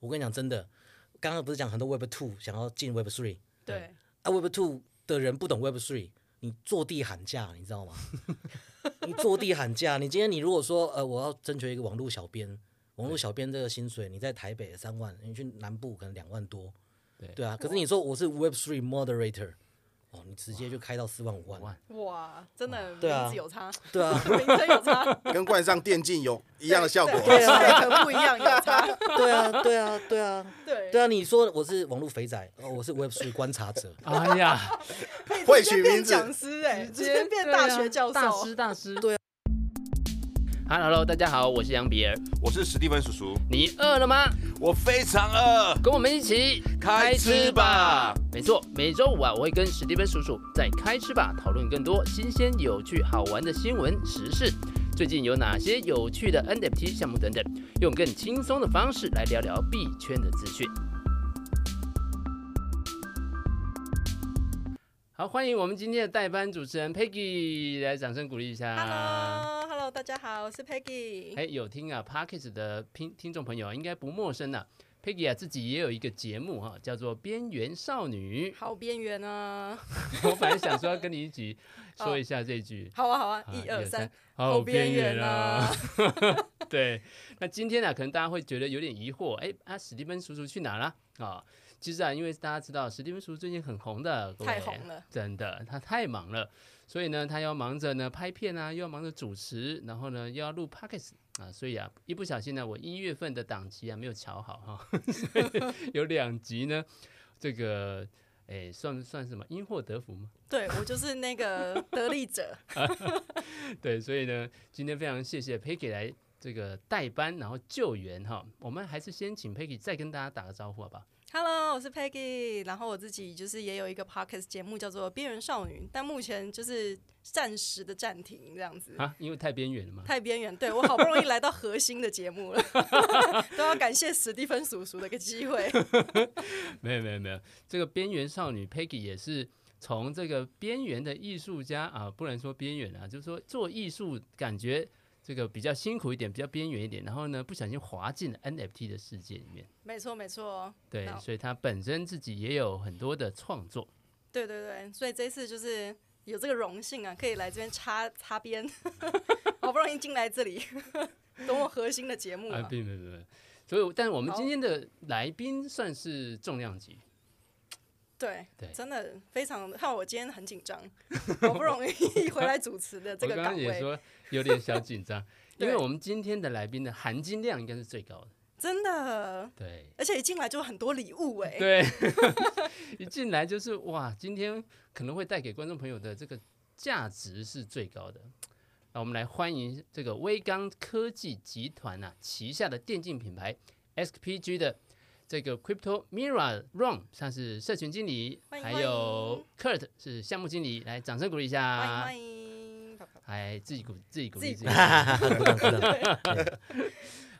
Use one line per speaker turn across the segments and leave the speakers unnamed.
我跟你讲真的，刚刚不是讲很多 Web Two 想要进 Web Three
对，
啊，Web Two 的人不懂 Web Three，你坐地喊价，你知道吗？ 你坐地喊价，你今天你如果说呃我要征求一个网络小编，网络小编这个薪水你在台北三万，你去南部可能两万多，
对
对啊，可是你说我是 Web Three Moderator，哦，你直接就开到四万五万，
哇
哇，真的
对啊
名字有差，
对啊，
名称有差，
跟冠上电竞有一样的效果。啊
对，啊对可不一样，有 差，
对啊，对啊，对啊。
对
对啊，你说我是网络肥仔，哦，我是 Web 3观察者，
哎呀，
会
直接
取
变
名字
讲师哎、直接变大学教授，
大师大师。
对啊
Hello，大家好，我是杨比尔。
我是史蒂芬叔叔，
你饿了吗？
我非常饿，
跟我们一起
开吃吧！
没错，每周五啊，我会跟史蒂芬叔叔在开吃吧讨论更多新鲜、有趣、好玩的新闻时事。最近有哪些有趣的 NFT 项目等等，用更轻松的方式来聊聊币圈的资讯。好，欢迎我们今天的代班主持人 Peggy，来掌声鼓励一下。
Hello Hello，大家好，我是 Peggy。
哎，有听啊 p a r k e s 的听听众朋友应该不陌生呐、Peggy 啊自己也有一个节目哈、叫做《边缘少女
》。好边缘啊！
我本来想说要跟你一起说一下这句。
好啊，好啊，
啊
一二三，，
好
边
边
缘
缘啊！ 对，那今天呢、可能大家会觉得有点疑惑，哎啊，史蒂芬叔叔去哪了啊？其实啊，因为大家知道史蒂芬叔叔最近很红的，各位
太红了，
真的，他太忙了，所以呢，他要忙着呢拍片啊，又要忙着主持，然后呢又要录 podcast 啊，所以啊，一不小心呢，我一月份的档期啊没有瞧好哈、 所以有两集呢，这个哎算算什么因祸得福吗？
对我就是那个得力者。
对，所以呢，今天非常谢谢 Peggy 来这个代班，然后救援哈。我们还是先请 Peggy 再跟大家打个招呼好不好？
Hello，我是 Peggy，然后我自己就是也有一个 podcast 节目叫做《边缘少女》，但目前就是暂时的暂停这样子。
啊，因为太边缘了嘛。
太边缘，对我好不容易来到核心的节目了， 都要感谢史蒂芬叔叔的一个机会。
没有没有没有，这个边缘少女 Peggy 也是从这个边缘的艺术家啊，不能说边缘啊，就是说做艺术感觉这个比较辛苦一点，比较边缘一点，然后呢不小心滑进了 NFT 的世界里面。
没错，哦没错，
对，
好
所以她本身自己也有很多的创作。
对对对，所以这次就是有这个荣幸啊，可以来这边擦擦边， 好不容易进来这里，多么核心的节目
啊，
啊！
并没有没有。所以，但是我们
好
今天的来宾算是重量级，
对
对
真的非常，看我今天很紧张，好不容易 回来主持的这
我
个
刚
岗
刚也
位，
说有点小 紧张，因为
对
我们今天的来宾的含金量应该是最高的。
真的，
对
而且一进来就很多礼物哎、
对， 一进来就是哇，今天可能会带给观众朋友的这个价值是最高的。那我们来欢迎这个威刚科技集团啊旗下的电竞品牌 SPG 的这个 Crypto Mira Ron，他是社群经理，
欢迎
还有 Kurt 是项目经理，来掌声鼓励一下。
欢迎欢迎，
哎，自己鼓自己鼓励
自
自
己
己
鼓。
不敢不敢，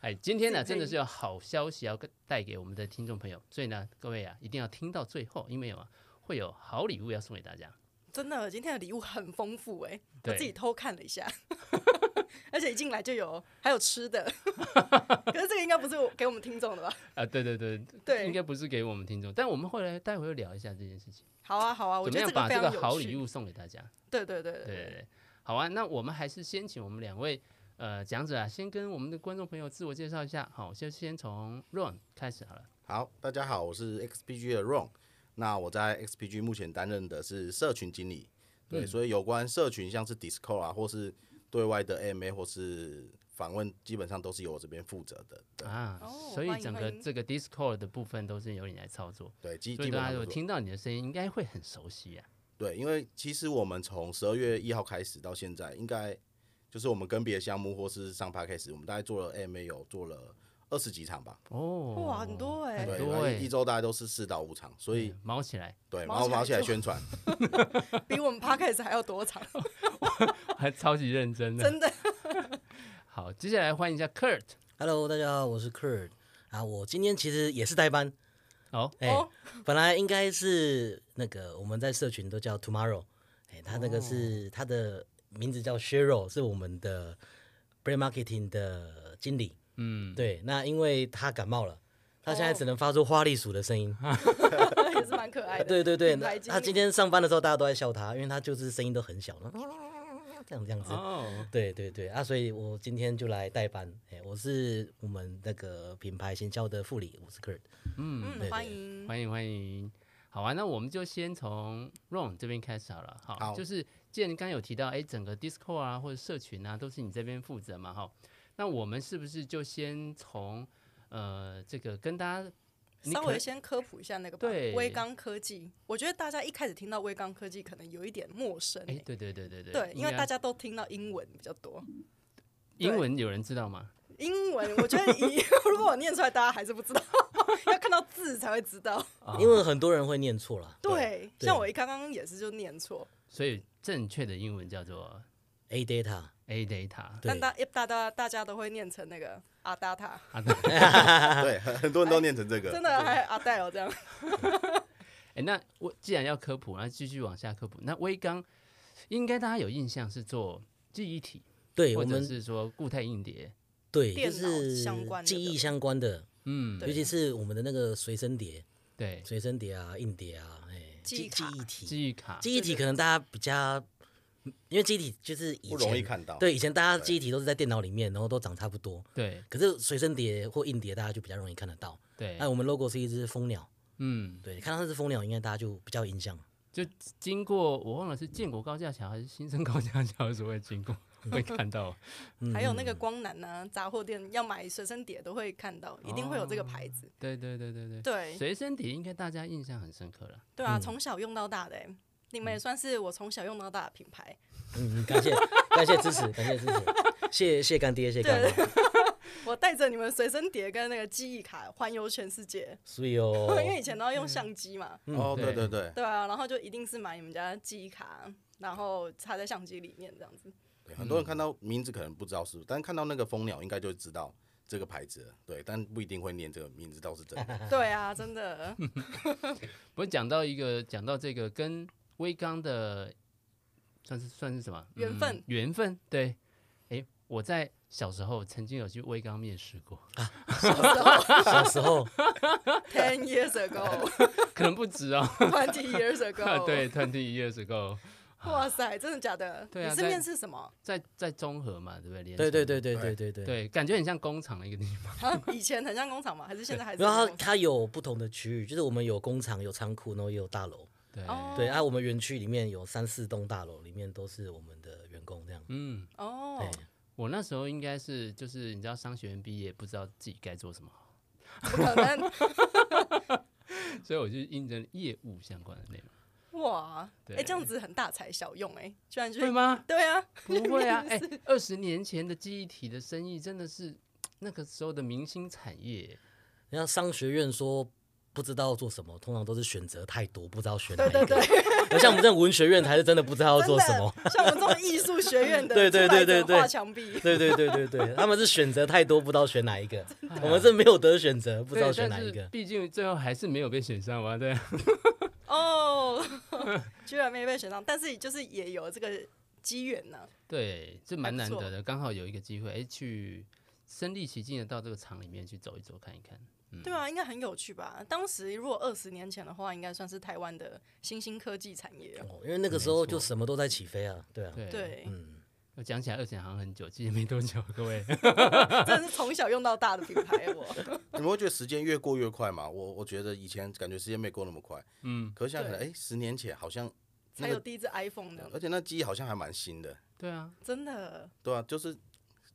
哎，今天呢、
自己
真
可以
的是有好消息要跟带给我们的听众朋友，所以呢，各位啊，一定要听到最后，因为有啊，会有好礼物要送给大家。
真的今天的礼物很丰富哎、我自己
对，
偷看了一下， 而且一进来就有还有吃的， 可是这个应该不是我给我们听众的吧？
啊，对对对，
对
应该不是给我们听众，但我们后来待会会聊一下这件事情，
好啊，好啊，我
怎
觉
么
得
样
这个非
把这
常
个
有
好
趣
礼物送给大家？
对对对对
对对对，好啊，那我们还是先请我们两位呃讲者啊，先跟我们的观众朋友自我介绍一下。好，就先从 Ron 开始好了。
好，大家好，我是 XPG 的 Ron。那我在 XPG 目前担任的是社群经理，对，
嗯
所以有关社群像是 Discord 啊，或是对外的 AMA 或是访问，基本上都是由我这边负责的。对，
啊，
哦
所以
欢迎
整
欢
个
迎
这个 Discord 的部分都是由你来操作，
对，基
所
基
以
本
大家
上
有
都是我
听到你的声音，应该会很熟悉啊。
对，因为其实我们从十二月一号开始到现在，应该就是我们跟别的项目或是上趴开始，我们大概做了 AMA 有做了二十几场吧。
哦，
哇很多欸
很
对，
多嗯
然后
哎、
一一周大概都是四到五场，所以
对毛起来，
对，然
毛
后
起来
毛起来
就
宣传，
比我们 podcast 还要多 长，
还超级认真的。
真 的。
好，接下来欢迎一下 Kurt。
Hello，大家好，我是 Kurt 啊，我今天其实也是代班，
哦，
哎、
哦
本来应该是那个我们在社群都叫 Tomorrow，哎、他那个
哦
是、他的名字叫 Sheryl，是我们的 Brand Marketing 的经理，
嗯，
对，那因为他感冒了，他现在只能发出花栗鼠的声音。
哦
也是蛮可爱的。
对对 对，
品牌
那
经
他
理
今天上班的时候大家都在笑他，因为他就是声音都很小，然后 这样这样子。
哦，
对对对啊，所以我今天就来代班。哎，我是我们那个品牌行销的副理，我是 Kurt。对
嗯，
对
欢迎。
欢迎欢迎。好啊，那我们就先从 Ron 这边开始好了。好，
好
就是既然刚刚有提到，哎，整个 Discord 啊或者社群啊都是你这边负责嘛，哈，那我们是不是就先从呃这个跟大家你
稍
可
微先科普一下那个吧
对
微刚科技，我觉得大家一开始听到微刚科技可能有一点陌生欸、
哎，对对对对对，
对，
应
因为
该
大家都听到英文比较多。
英
对
文有人知道吗？
英文，我觉得以 如果我念出来，大家还是不知道， 要看到字才会知道。
因为很多人会念错了。
啊对，
对
像我一刚刚也是就念错，
所以正确的英文叫做
，A data。
A data。
对
但大大大大家都会念成那个阿达塔，
啊，对，
对，很很多人都念成这个，
哎真的还有阿戴尔这样。
哎，那我既然要科普，那继续往下科普。那微刚应该大家有印象是做记忆体，
对，
或
我
者
们
是说固态硬碟。
对就
电脑
是
相关的
记忆
的
相关的，
嗯，
尤其是我们的那个随身碟、
对，
随身碟啊、硬碟啊，哎，记
记忆
记
卡
忆体，
记忆卡。
记忆体可能大家比较，因为记忆体就是以
不容易
前
看到。
对，以前大家记忆体都是在电脑里面，然后都长差不多。
对
可是随身碟或硬碟，大家就比较容易看得到。
对
哎，，我们 logo 是一只蜂鸟，
嗯，
对，看到那只蜂鸟，应该大家就比较有印象。
就经过我忘了是建国高架桥还是新生高架桥的时候会经过， 会看到。
嗯
还有那个光南啊，杂货店要买随身碟都会看到，
嗯
一定会有这个牌子。
哦
对对对对对。
对
随身碟应该大家印象很深刻了。
嗯
对啊，从小用到大的、欸，你们也算是我从小用到大的品牌。
嗯，感谢感谢支持，感谢支持，谢谢干爹，谢干妈，嗯
我带着你们随身碟跟那个记忆卡环游全世界，
所以哦
，
嗯
因为以前都要用相机嘛。
哦，对
对
对对，
对啊，然后就一定是买你们家的记忆卡，然后插在相机里面这样子。
对很多人看到名字可能不知道是，但看到那个蜂鸟应该就知道这个牌子了，对，但不一定会念这个名字，倒是真 的。
嗯
对啊，真的，
不是讲到一个，讲到这个跟微刚的算是算是什么
缘分
嗯缘分对，哎，我在小时候曾经有去微刚面试过，
小时候
ten years ago,
可能不止哦，
twenty years ago。
对，，twenty years ago，
哇塞，真的假的？
对
你
啊
是
在
面试什么？
在在中和嘛，对不对？连
对对
城
对对对对对。
对，感觉很像工厂的一个地方。
啊，以前很像工厂吗？还是现在还是
然后它
很像工厂？
它有不同的区域，就是我们有工厂、有仓库，然后也有大楼。
对，
哦
对，啊，我们园区里面有三四栋大楼，里面都是我们的员工这样。
嗯，
哦
对，，
我那时候应该是就是你知道商学院毕业，不知道自己该做什么，
不可能
所以我就应征业务相关的内容。
哇！
对
哎，这样子很大材小用哎，居然去
会吗？
对啊，
不会啊，哎、二十年前的记忆体的生意真的是那个时候的明星产业。
人家商学院说不知道做什么，通常都是选择太多，不知道选哪
对
一
对
个。
对，
而像我们这种文学院才是真的不知道 要
真
做
的
什么。
像我们这种艺术学院 的，
对对对对对
画墙壁。
对对对对对，他们是选择太多，不知道选哪 一个。我们是没有得选择，不知道
对
选哪
但
一
是
个。
毕竟最后还是没有被选上嘛，对。啊
哦， 居然没被选上，但是就是也有这个机缘呢。
对，这蛮难
还
得
不
的，刚好有一个机会，哎、去身临其境的到这个厂里面去走一走，看一看。
对啊，应该很有趣吧？当时如果二十年前的话，应该算是台湾的新兴科技产业哦。
哦因为那个时候就什么都在起飞啊，对啊，
对，
对，
我讲起来二十年好像很久，其实没多久，各位。
真的是从小用到大的品牌我。
你们会觉得时间越过越快吗？我我觉得以前感觉时间没过那么快，嗯，可是现在可能哎，十年前好像，
才有第一只 iPhone 呢，
而且那记忆好像还蛮新的，
对啊，
真的。
对啊，就是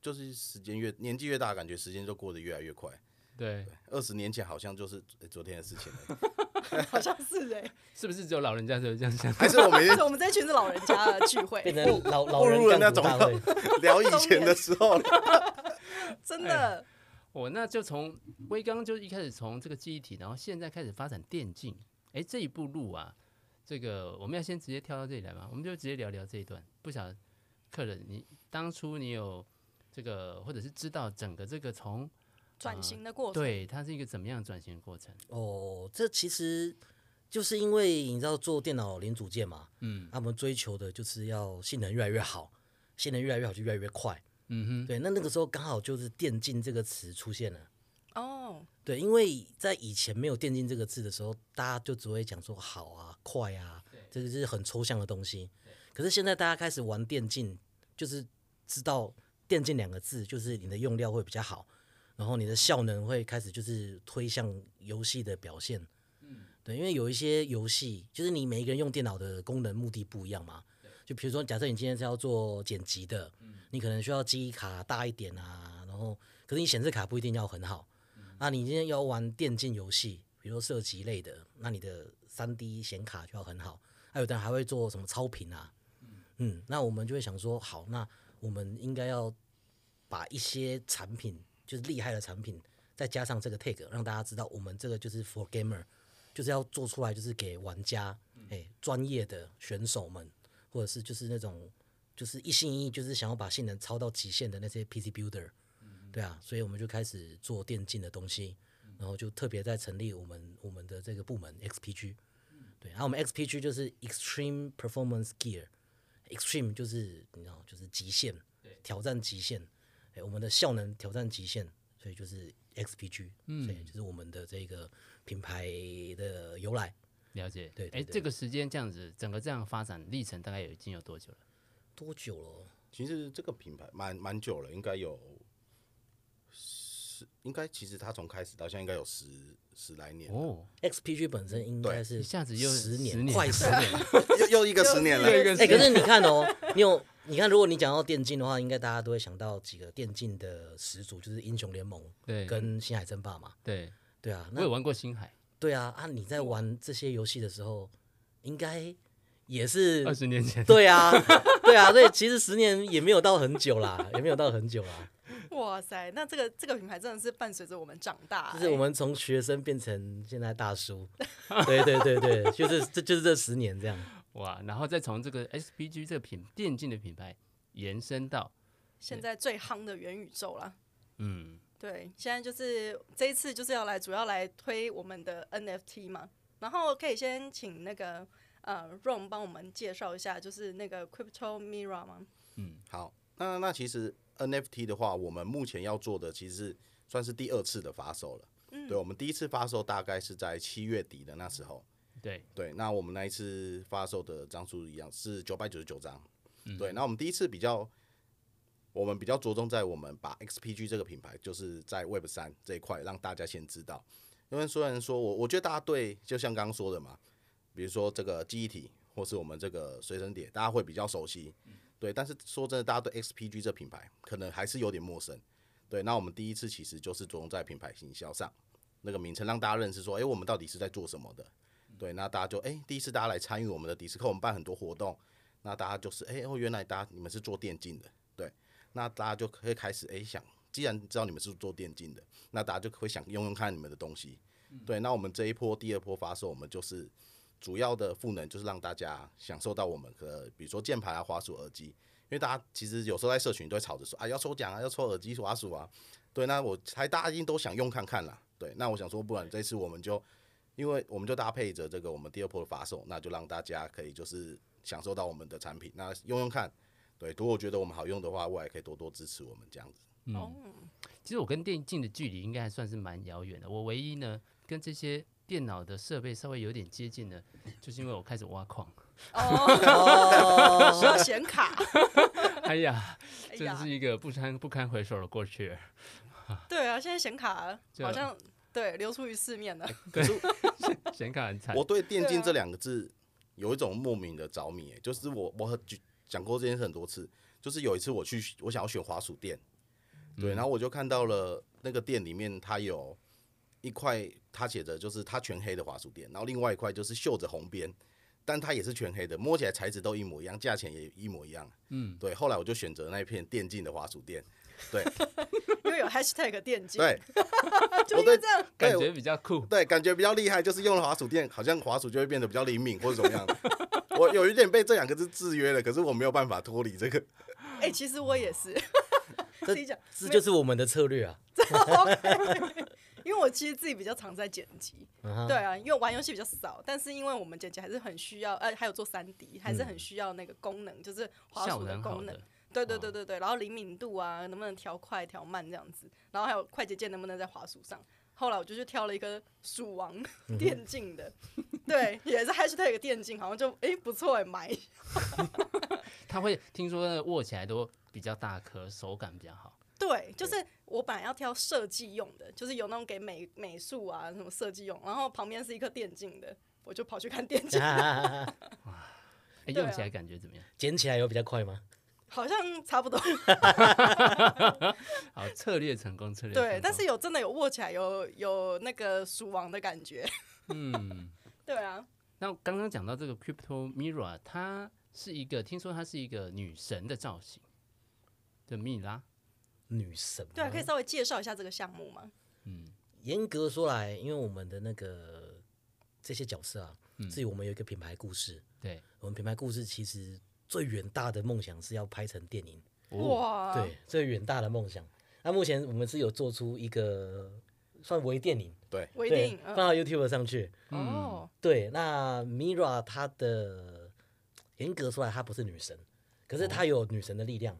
就是时间越年纪越大，感觉时间就过得越来越快。
对，
二十年前好像就是哎昨天的事情 了，
好像是哎、
是不是只有老人家才会这样想？
还是我们已
欸，我们这群是老人家的聚会，
变成 老老
步
人
入了那
干股大
种
会。
聊以前的时候了？
真的。
我哦那就从微刚就一开始从这个记忆体，然后现在开始发展电竞，哎，这一步路啊，这个我们要先直接跳到这里来吗？我们就直接聊聊这一段。不晓得客人，你当初你有这个，或者是知道整个这个从
转型的过程，
对它是一个怎么样的转型过程？
哦，这其实就是因为你知道做电脑零组件嘛，嗯，他们追求的就是要性能越来越好，性能越来越好就越来越快，
嗯
对。那那个时候刚好就是电竞这个词出现了，
哦，哦，
对，因为在以前没有“电竞”这个字的时候，大家就只会讲说好啊、快啊，这个是很抽象的东西。可是现在大家开始玩电竞，就是知道“电竞”两个字，就是你的用料会比较好，然后你的效能会开始就是推向游戏的表现。对，因为有一些游戏，就是你每一个人用电脑的功能目的不一样嘛。就比如说，假设你今天是要做剪辑的，你可能需要记忆卡大一点啊，然后可是你显示卡不一定要很好。那你今天要玩电竞游戏，比如说射击类的，那你的三 D 显卡就要很好。还有的人还会做什么超频啊，嗯，那我们就会想说，好，那我们应该要把一些产品，就是厉害的产品，再加上这个 tag，让大家知道我们这个就是 for gamer，就是要做出来就是给玩家，哎，专业的选手们，或者是就是那种就是一心一意，就是想要把性能超到极限的那些 PC builder，对啊，所以我们就开始做电竞的东西，然后就特别在成立我们我们的这个部门 XPG，对，然、啊后我们 XPG 就是 Extreme Performance Gear，Extreme 就是你知道就是极限，挑战极限，哎，我们的效能挑战极限，所以就是 XPG，嗯，所以就是我们的这个品牌的由来。
了解。
对对
哎，
对
这个时间这样子，整个这样发展历程大概有已经有多久了？
多久了？
其实这个品牌蛮蛮久了，应该有十，应该其实它从开始到现在应该有十十来年了，
哦，
XPG 本身应该是
一下子又
十
十年
快十年。
又又一个十年了。
又一个
哎、可是 你看哦，你有你看，如果你讲到电竞的话，应该大家都会想到几个电竞的始祖，就是英雄联盟
对
跟星海争霸嘛。
对，
对啊，
我有
那
玩过星海，
对啊啊！你在玩这些游戏的时候，应该也是
二十年前。
对啊，对啊，所以其实十年也没有到很久啦，也没有到很久啦，
哇塞，那这个这个品牌真的是伴随着我们长大、欸
就是我们从学生变成现在大叔，对对对对，就是这就是这十年这样。
哇，然后再从这个 SPG 这个品电竞的品牌延伸到，
现在最夯的元宇宙啦。
嗯，
对，现在就是这一次就是要来主要来推我们的 NFT 嘛，然后可以先请那个呃 Ron 帮我们介绍一下，就是那个 Crypto Mirror 吗？
好，那那其实 NFT 的话，我们目前要做的其实是算是第二次的发售了。嗯，对，我们第一次发售大概是在七月底的那时候。
对，
对，那我们那一次发售的张数一样是九百九十九张。对，那我们第一次比较，我们比较着重在我们把 XPG 这个品牌，就是在 Web 三这一块让大家先知道。因为虽然说我我觉得大家对，就像刚刚说的嘛，比如说这个记忆体或是我们这个随身碟，大家会比较熟悉。对，但是说真的，大家对 XPG 这品牌可能还是有点陌生。对，那我们第一次其实就是着重在品牌行销上，那个名称让大家认识说，诶，我们到底是在做什么的。对，那大家就哎、第一次大家来参与我们的迪斯科，我们办很多活动，那大家就是哎、哦，原来大家你们是做电竞的，对，那大家就可以开始哎、想，既然知道你们是做电竞的，那大家就会想用用看你们的东西，对，那我们这一波第二波发售，我们就是主要的赋能就是让大家享受到我们的，比如说键盘啊、滑鼠、耳机，因为大家其实有时候在社群都会吵着说啊要抽奖啊，要抽耳机、滑鼠啊，对，那我猜大家一定都想用看看啦，对，那我想说，不然这次我们就。因为我们就搭配着这个我们第二波的发售，那就让大家可以就是享受到我们的产品，那用用看。对，如果觉得我们好用的话，未来可以多多支持我们这样子。
哦、
其实我跟电竞的距离应该还算是蛮遥远的。我唯一呢跟这些电脑的设备稍微有点接近的，就是因为我开始挖矿。
哦，需要显卡，
哎呀，
哎
真
呀，
是一个不堪不堪回首的过去。
对啊，现在显卡
这
好像对流出于市面了，
显卡很惨
我，对电
对
竞
啊
这两个字有一种莫名的着迷、欸，就是我我很讲过这件事很多次，就是有一次我去我想要选滑鼠垫，
嗯
对，然后我就看到了那个店里面它有一块它写着就是它全黑的滑鼠垫，然后另外一块就是绣着红边。但它也是全黑的，摸起来材质都一模一样，价钱也一模一样。嗯，对。后来我就选择那一片电竞的滑鼠垫。 对
因为有 Hashtag 电竞，
对，我对
这样
感
对
觉比较酷。
对，感觉比较厉害，就是用了滑鼠垫，好像滑鼠就会变得比较灵敏或者怎么样。我有一点被这两个字制约了，可是我没有办法脱离这个。
哎、其实我也是，
这
自己讲，
这就是我们的策略啊。
因为我其实自己比较常在剪辑，
嗯哼
对啊，因为玩游戏比较少，但是因为我们剪辑还是很需要，呃，还有做三 D，还
嗯
是很需要那个功能，就是滑
效
鼠的
能好
功能
的，，
对对对对对，然后灵敏度啊，能不能调快调慢这样子，然后还有快捷键能不能在滑鼠上，后来我就去挑了一个鼠王 电竞的，对，也是 hashtag 电竞，好像就哎、诶不错哎、买一下
它会听说那个握起来都比较大颗，手感比较好。
对，就是我本来要挑设计用的，就是有那种给美美术啊什么设计用，然后旁边是一个电竞的，我就跑去看电竞，
哎，
对
用起
啊
来感觉怎么样？
捡起来有比较快吗？
好像差不多。
好，策略成功，策略成
对
功，
但是有真的有握起来，有有那个鼠王的感觉。
嗯。
对啊，
那刚刚讲到这个 Crypto Mira，她是一个听说她是一个女神的造型的蜜拉，
女神吗
对啊，可以稍微介绍一下这个项目吗？
嗯，
严格说来，因为我们的那个这些角色啊，至于我们有一个品牌故事，
对，
我们品牌故事其实最远大的梦想是要拍成电影，
哦，
哇，
对，最远大的梦想。那目前我们是有做出一个算微电影，
对，
微电
对嗯
影，，
放
嗯
到 YouTube 上去。
哦，
对，那 Mira 她的严格说来，她不是女神，可是她有女神的力量，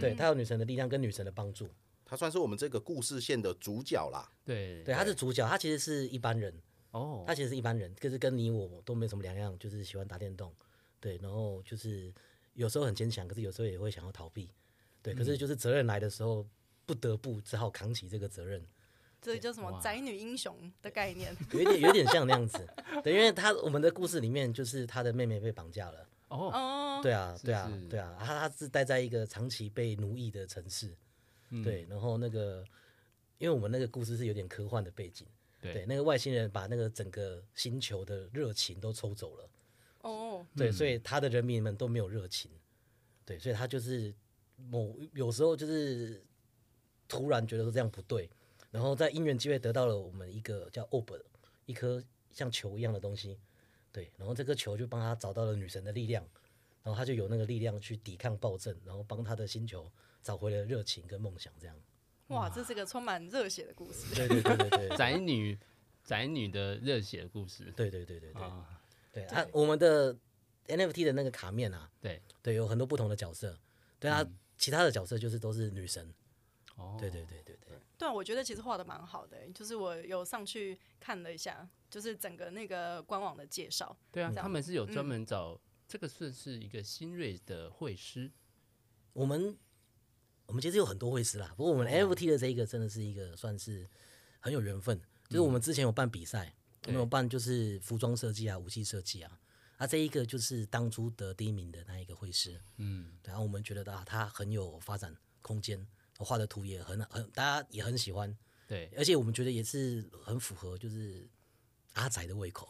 对，她有女神的力量跟女神的帮助。
他算是我们这个故事线的主角啦。
对
对，她是主角，她其实是一般人，
哦
他，其实是一般人，可是跟你我都没什么两样，就是喜欢打电动，对，然后就是有时候很坚强，可是有时候也会想要逃避，对，可是
嗯
就是责任来的时候，不得不只好扛起这个责任，
这叫什么
哇
宅女英雄的 概念？
有一点有一点像那样子， 对，因为他我们的故事里面就是他的妹妹被绑架了，
哦，
哦，
对啊，
是
对啊
是，
对啊，他他是待在一个长期被奴役的城市，
嗯
对，然后那个因为我们那个故事是有点科幻的背景，对，
对，
那个外星人把那个整个星球的热情都抽走了。
哦，
对，所以他的人民们都没有热情，对，所以他就是某有时候就是突然觉得说这样不对，然后在因缘机会得到了我们一个叫 Ob 一颗像球一样的东西，对，然后这个球就帮他找到了女神的力量，然后他就有那个力量去抵抗暴政，然后帮他的星球找回了热情跟梦想，这样。
哇，这是个充满热血的故 事。
对对对对对，
宅女 宅女的热血故 事
对对对对对
啊，
对啊，我们的 NFT 的那个卡面啊，
对，
对，有很多不同的角色。对
嗯
啊，其他的角色就是都是女神。
哦，
对对对对对，
对啊，我觉得其实画的蛮好的、欸就是我有上去看了一下，就是整个那个官网的介绍。
对
嗯
啊，
这样
他们是有专门找这个算是一个新锐的绘师，
我们我们其实有很多会师啦，不过我
哦
们 NFT 的这一个真的是一个算是很有缘分，就是
嗯
我们之前有办比赛，我们有办就是服装设计啊、武器设计啊，啊这一个就是当初得第一名的那一个会师，
嗯，
然后我们觉得啊他很有发展空间，画的图也很很大家也很喜欢，
对，
而且我们觉得也是很符合就是阿宅的胃口。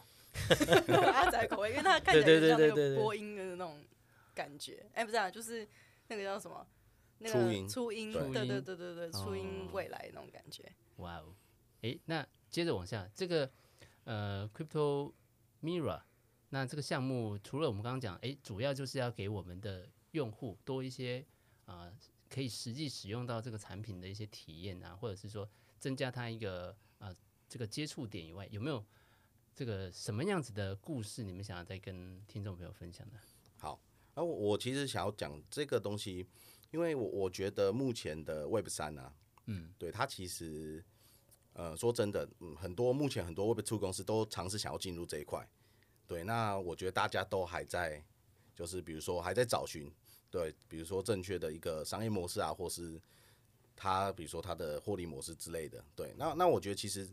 阿仔口味，因为它看起来就像
对对对
那
对
个
对
播音的那种感觉。哎、不是啊，就是那个叫什么？那
初
个
音
初音，
对
对对对对对，
哦
初音未来那种感觉。
哇哦，诶，那接着往下，这个呃，Crypto Mira，那这个项目除了我们刚刚讲，诶，主要就是要给我们的用户多一些啊、呃可以实际使用到这个产品的一些体验啊，或者是说增加它一个啊这个接触点以外，有没有这个什么样子的故事，你们想要再跟听众朋友分享的？
好，然后我其实想要讲这个东西，因为我我觉得目前的 Web 三啊，嗯，对它其实，呃，说真的，嗯，很多目前很多 Web two 公司都尝试想要进入这一块，对，那我觉得大家都还在，就是比如说还在找寻，对，比如说正确的一个商业模式啊，或是它比如说它的获利模式之类的，对，那那我觉得其实。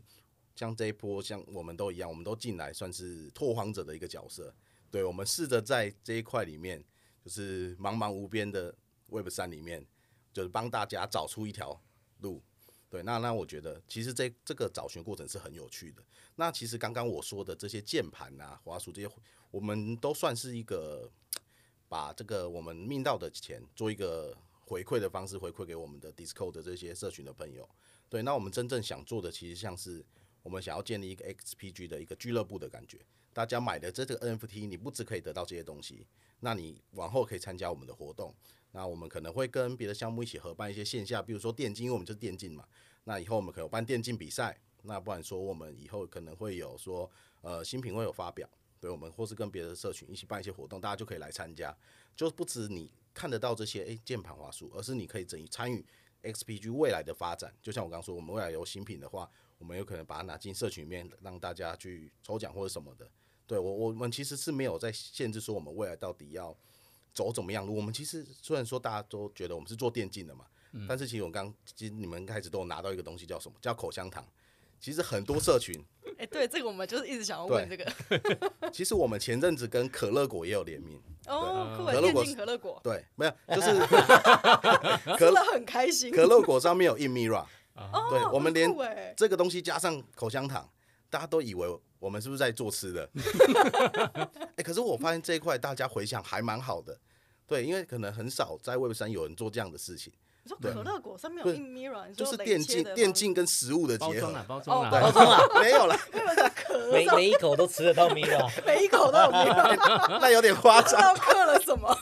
像这一波，像我们都一样，我们都进来算是拓荒者的一个角色。对，我们试着在这一块里面，就是茫茫无边的 Web 三里面，就是帮大家找出一条路。对，那那我觉得其实这这个找寻过程是很有趣的。那其实刚刚我说的这些键盘啊、滑鼠这些，我们都算是一个把这个我们命到的钱做一个回馈的方式回馈给我们的 Discord 的这些社群的朋友。对，那我们真正想做的其实像是我们想要建立一个 XPG 的一个俱乐部的感觉。大家买的这个 NFT，你不只可以得到这些东西，那你往后可以参加我们的活动。那我们可能会跟别的项目一起合办一些线下，比如说电竞，因为我们就是电竞嘛。那以后我们可能有办电竞比赛，那不然说我们以后可能会有说，呃，新品会有发表，对我们或是跟别的社群一起办一些活动，大家就可以来参加。就不止你看得到这些诶键盘滑鼠，而是你可以整参与 XPG 未来的发展。就像我刚刚说，我们未来有新品的话，我们有可能把它拿进社群里面，让大家去抽奖或者什么的。对我，我们其实是没有在限制说我们未来到底要走怎么样路。我们其实虽然说大家都觉得我们是做电竞的嘛，但是其实我刚其实你们开始都有拿到一个东西叫什么？叫口香糖。其实很多社群，
哎、对，这个我们就是一直想要问这
对
个。
其实我们前阵子跟可乐果也有联名，
哦，
嗯
酷
可
欸，
乐
电
果
竞可乐果，
对，没有，就是 可
真的很开心。
可乐果上面有 Inmira，
哦，
对我们连
很酷欸
这个东西加上口香糖，大家都以为我们是不是在做 吃的？哎、可是我发现这一块大家回想还蛮好的，对，因为可能很少在 Web 三有人做这样的事情，
你说
对
可乐果上面有
对
in mirror，你
就
说
是
雷
电
切
竞
的
电
吗，
竞跟食物的
包
结
装啊啦，
合，哦
包装啦，
对
包装啊，
没有 了，
每每一口都吃得到米吧？
每一 口都有 mirror，
那有点夸
不知
张。
道刻了什 么。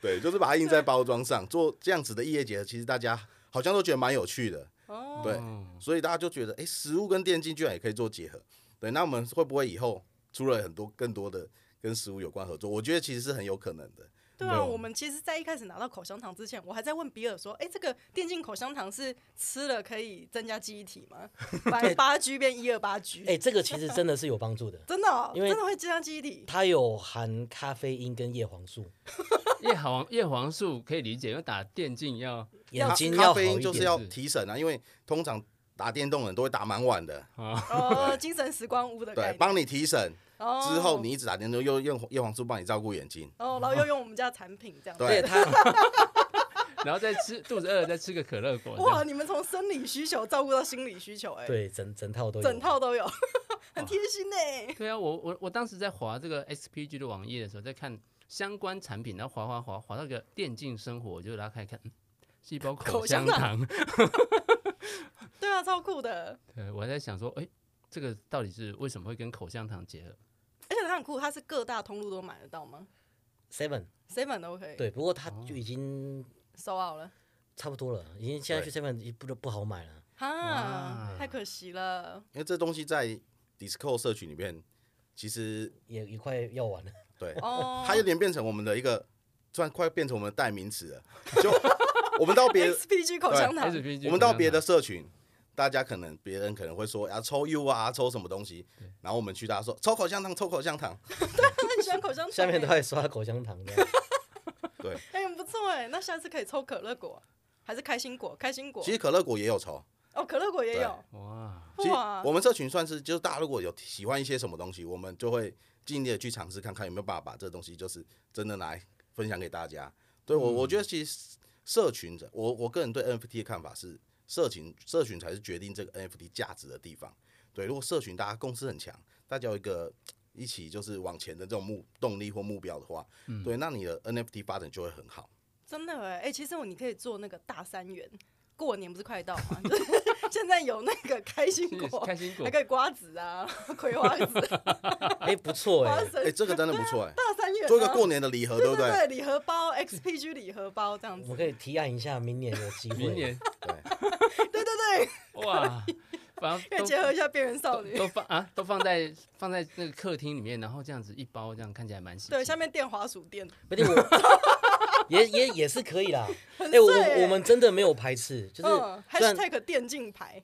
对，就是把它印在包装上，做这样子的异业结合，其实大家好像都觉得蛮有趣的。
哦，
对，所以大家就觉得，哎、食物跟电竞居然也可以做结合。对，那我们会不会以后出了很多更多的跟食物有关合作？我觉得其实是很有可能的。
对
对
啊，
我
我们其实，在一开始拿到口香糖之前，我还在问比尔说：“哎、这个电竞口香糖是吃了可以增加记忆体吗？ 白八 G 变一二八 G，
哎、这个其实真的是有帮助的，
真的哦、
因为
真的会增加记忆体。
它有含咖啡因跟叶黄素，
叶黄叶黄素可以理解，因为打电竞要
眼
咖
睛
咖
要好
啡
一
因就是
点。
要提神啊，因为通常打电动的人都会打蛮晚的，
哦，精神时光屋的概
对，
念。
帮你提神
哦
之后，你一直打电动，又用叶黄素帮你照顾眼睛。
哦，然后又用我们家的产品 这样。
而且
对，
它
然后再吃肚子饿了再吃个可乐果，
哇，你们从生理需求照顾到心理需求、哎，，
对整整套都有，
整套都有， 很贴心呢、欸
对啊，我我我当时在划这个 XPG 的网页的时候，在看相关产品，然后划划划划到一个电竞生活，我就拉开看，嗯是一包口
口香
香糖。
对啊，超酷的，
对，我还在想说，哎，这个到底是为什么会跟口香糖结合？
而且它很酷，它是各大通路都买得到吗
seven
？seven 都可以，
对，不过它就已经
收好了，
差不多了，已经现在去 seven 已不不好买了。
哈，太可惜了。
因为这东西在 Discord 社群里面，其实
也也快要完了，
对，
哦，
它有点变成我们的一个，突然快变成我们的代名词了。就我 们到别的
SPG 口香糖，
SPG
我们到
口香
别的
糖
社群，大家可能别人可能会说啊抽 U 啊抽什么东西，然后我们去大家说抽口香糖抽口香糖，
那你喜欢口香糖、
下面都
哎、
在刷口香糖的，
对，
哎很不错哎、那下次可以抽可乐果，还是开心果？开心果
其，实可乐果也有抽，
哦，可乐果也有，
哇，
其实
哇
我，们社群算是就是大家如果有喜欢一些什么东西，我们就会尽力的去尝试看看有没有办法把这东西就是真的拿来分享给大家。对
嗯
我我觉得其实社群者，我我个人对 NFT 的看法是，社群社群才是决定这个 NFT 价值的地方。对，如果社群大家共识很强，大家有一个一起就是往前的这种目动力或目标的话，
嗯
对，那你的 NFT 发展就会很好。
真的哎、哎、其实我你可以做那个大三元，过年不是快到吗？ 就是现在有那个开心
这
果
个，开心果
还可以瓜子啊，葵花 籽、
哎、不错哎、
花生
哎、，这个真的不 错哎、
大三元、啊，
做一个过年的礼盒，对
对
不
对
对？
对，礼盒包 XPG 礼盒包这样
我
子
们，可以提案一下，明年有机会。
明年
对，
对对对，
哇，反
可以
正
结
都
合一下边缘少女。
都放啊，都放在放在那个客厅里面，然后这样子一包，这样看起来蛮喜庆。
对，下面电滑鼠店，
不对，我也也也是可以啦。哎、我
帅欸
我我们真的没有排斥，就是
嗯
虽然、
，#hashtag 电竞牌，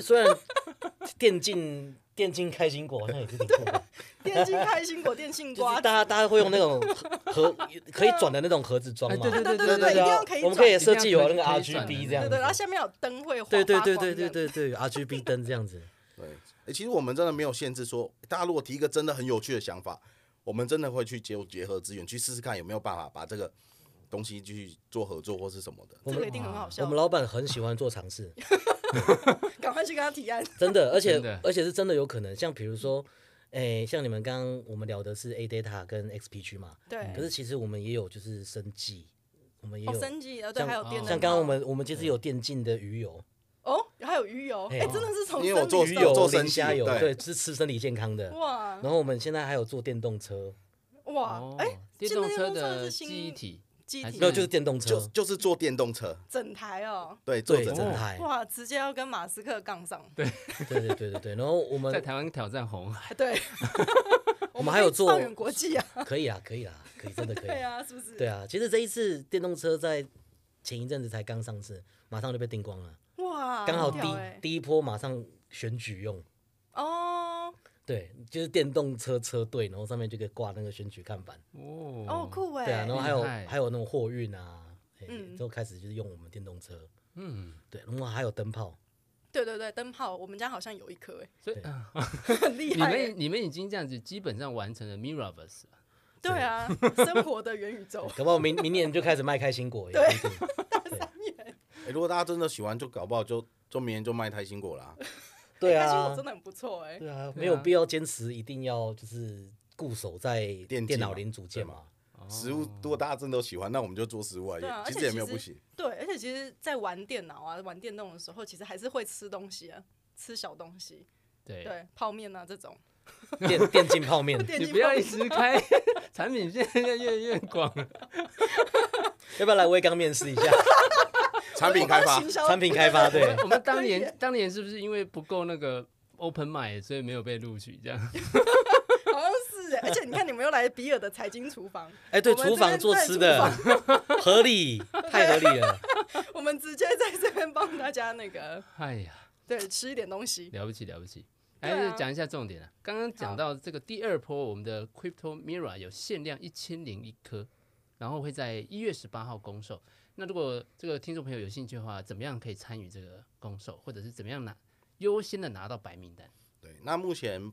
虽然电竞电竞开心果好像也是挺酷的，
电竞开心果，电竞
就是大
瓜子，
家大家会用那种盒盒可以转的那种盒子装嘛。
哎对
对
对
对
对
一定
啊
要可以
我们
转
可以设计有那个
可以转的
RGB
那
这样子。
对对，然后下面有灯会晃，
对对对
发
对
光这
对
样
对对 RGB 灯这样子，
对，欸其实我们真的没有限制说，大家如果提一个真的很有趣的想法，我们真的会去结结合资源去试试看有没有办法把这个东西去做合作或是什么的。
我
这个
们
一定很好笑
我们，老板很喜欢做尝试，
赶快去跟他提案。
真的，而且
真的
而且是真的有可能。像比如说，哎，像你们刚刚我们聊的是 A data 跟 XPG 嘛，可
对，
是其实我们也有就是生技，我们也有、
哦，升级啊，对，
像哦
还有电
像
灯
刚
泡
刚我们我们其实有电竞的鱼油，
哦，还有鱼油，
嘿
哎，真的是从
因为我做
生
鱼
理
有
油
做
磷
生
虾
计
油，
对
对，是吃身体健康的。
哇
然后我们现在还有做电动车，
哇
哦，
哎，
电
现在
动
电
车
动车
的
是新
记忆体，
机
还
体
没有就是电动
就
车，
就是坐电动车，
整台哦，
对，坐
对，
整
整
台。
台，
哇，直接要跟马斯克杠上，
哎对对对对对。然后我
在
们
台湾挑战红 海，
对，
我们还有做
放远国际啊，
可以啊，可以啊，可以，真的可
对
以。
啊，是不是？
对啊，其实这一次电动车在前一阵子才刚上市，马上就被订光了。
哇，哇，
刚好
很
第
屌
一
欸
第一波马上选举用，
哦
对，就是电动车车队，然后上面就可以挂那个选举看板，
哦
哦，酷哎，
对啊，然后还有
厉害
还有那种货运啊，哎
嗯
就开始就是用我们电动车，
嗯，
对，然后还有灯泡，
对对对，灯泡，我们家好像有一颗哎，
所以
对，
啊
很 厉
你
害欸，
们你们已经这样子基本上完成了 Mirrorverse 了
对啊，生活的元宇宙
搞不好明明年就开始卖开心果也
对
不一定，
诶如果大家真的喜欢，就搞不好就就明年就卖开心果啦。
对
开心果
啊
真，的很不错哎，
对啊，没有必要坚持一定要就是固守在
电
电
竞
脑
嘛
零组件
对嘛
嘛，
食物如果大家真的都喜欢，那我们就做食物啊，
对啊
也
而且
其实也没有
其
不
实
行。
对，而且其实，在玩电脑啊、玩电动的时候，其实还是会吃东西啊，吃小东西，
对。
对，泡面啊这种。，
电电竞泡面
电
你
竞
不要
泡
一
面
直开产品线，现在越来越广了。
要不要来威刚面试一下
产品开发
行，销
产品开发？
我
对
们，我们当
可以
年
耶
当年是不是因为不够那个 open mind，所以没有被录取？这样
好像是哎，而且你看，你们又来比尔的财经厨房，
哎，对，
我们
厨
这
房
边
做
对
吃
厨
的合理，太合理 了。
我们直接在这边帮大家那个，
哎呀，
对，吃一点东西。
了不起了不起！
对
还是
啊
讲一下重点啊。刚刚讲
好
到这个第二波，我们的 Crypto Mirror 有限量一千零一颗，然后会在一月十八号公售。那如果这个听众朋友有兴趣的话，怎么样可以参与这个公售，或者是怎么样拿优先的拿到白 名单？
对，那目前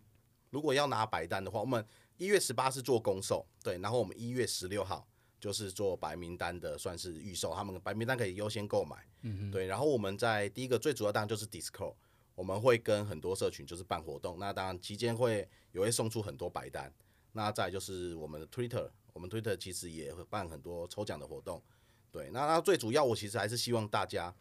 如果要拿白单的话，我们一月十八是做公售，对，然后我们一月十六号就是做白名单的，算是预售，他们白名单可以优先购买。嗯对，然后我们在第一个最主要当然就是 Discord，我们会跟很多社群就是办活动，那当然期间会也会送出很多白单。那再来就是我们的 Twitter，我们 Twitter 其实也会办很多抽奖的活动。对，那那最主要我其实还是希望大家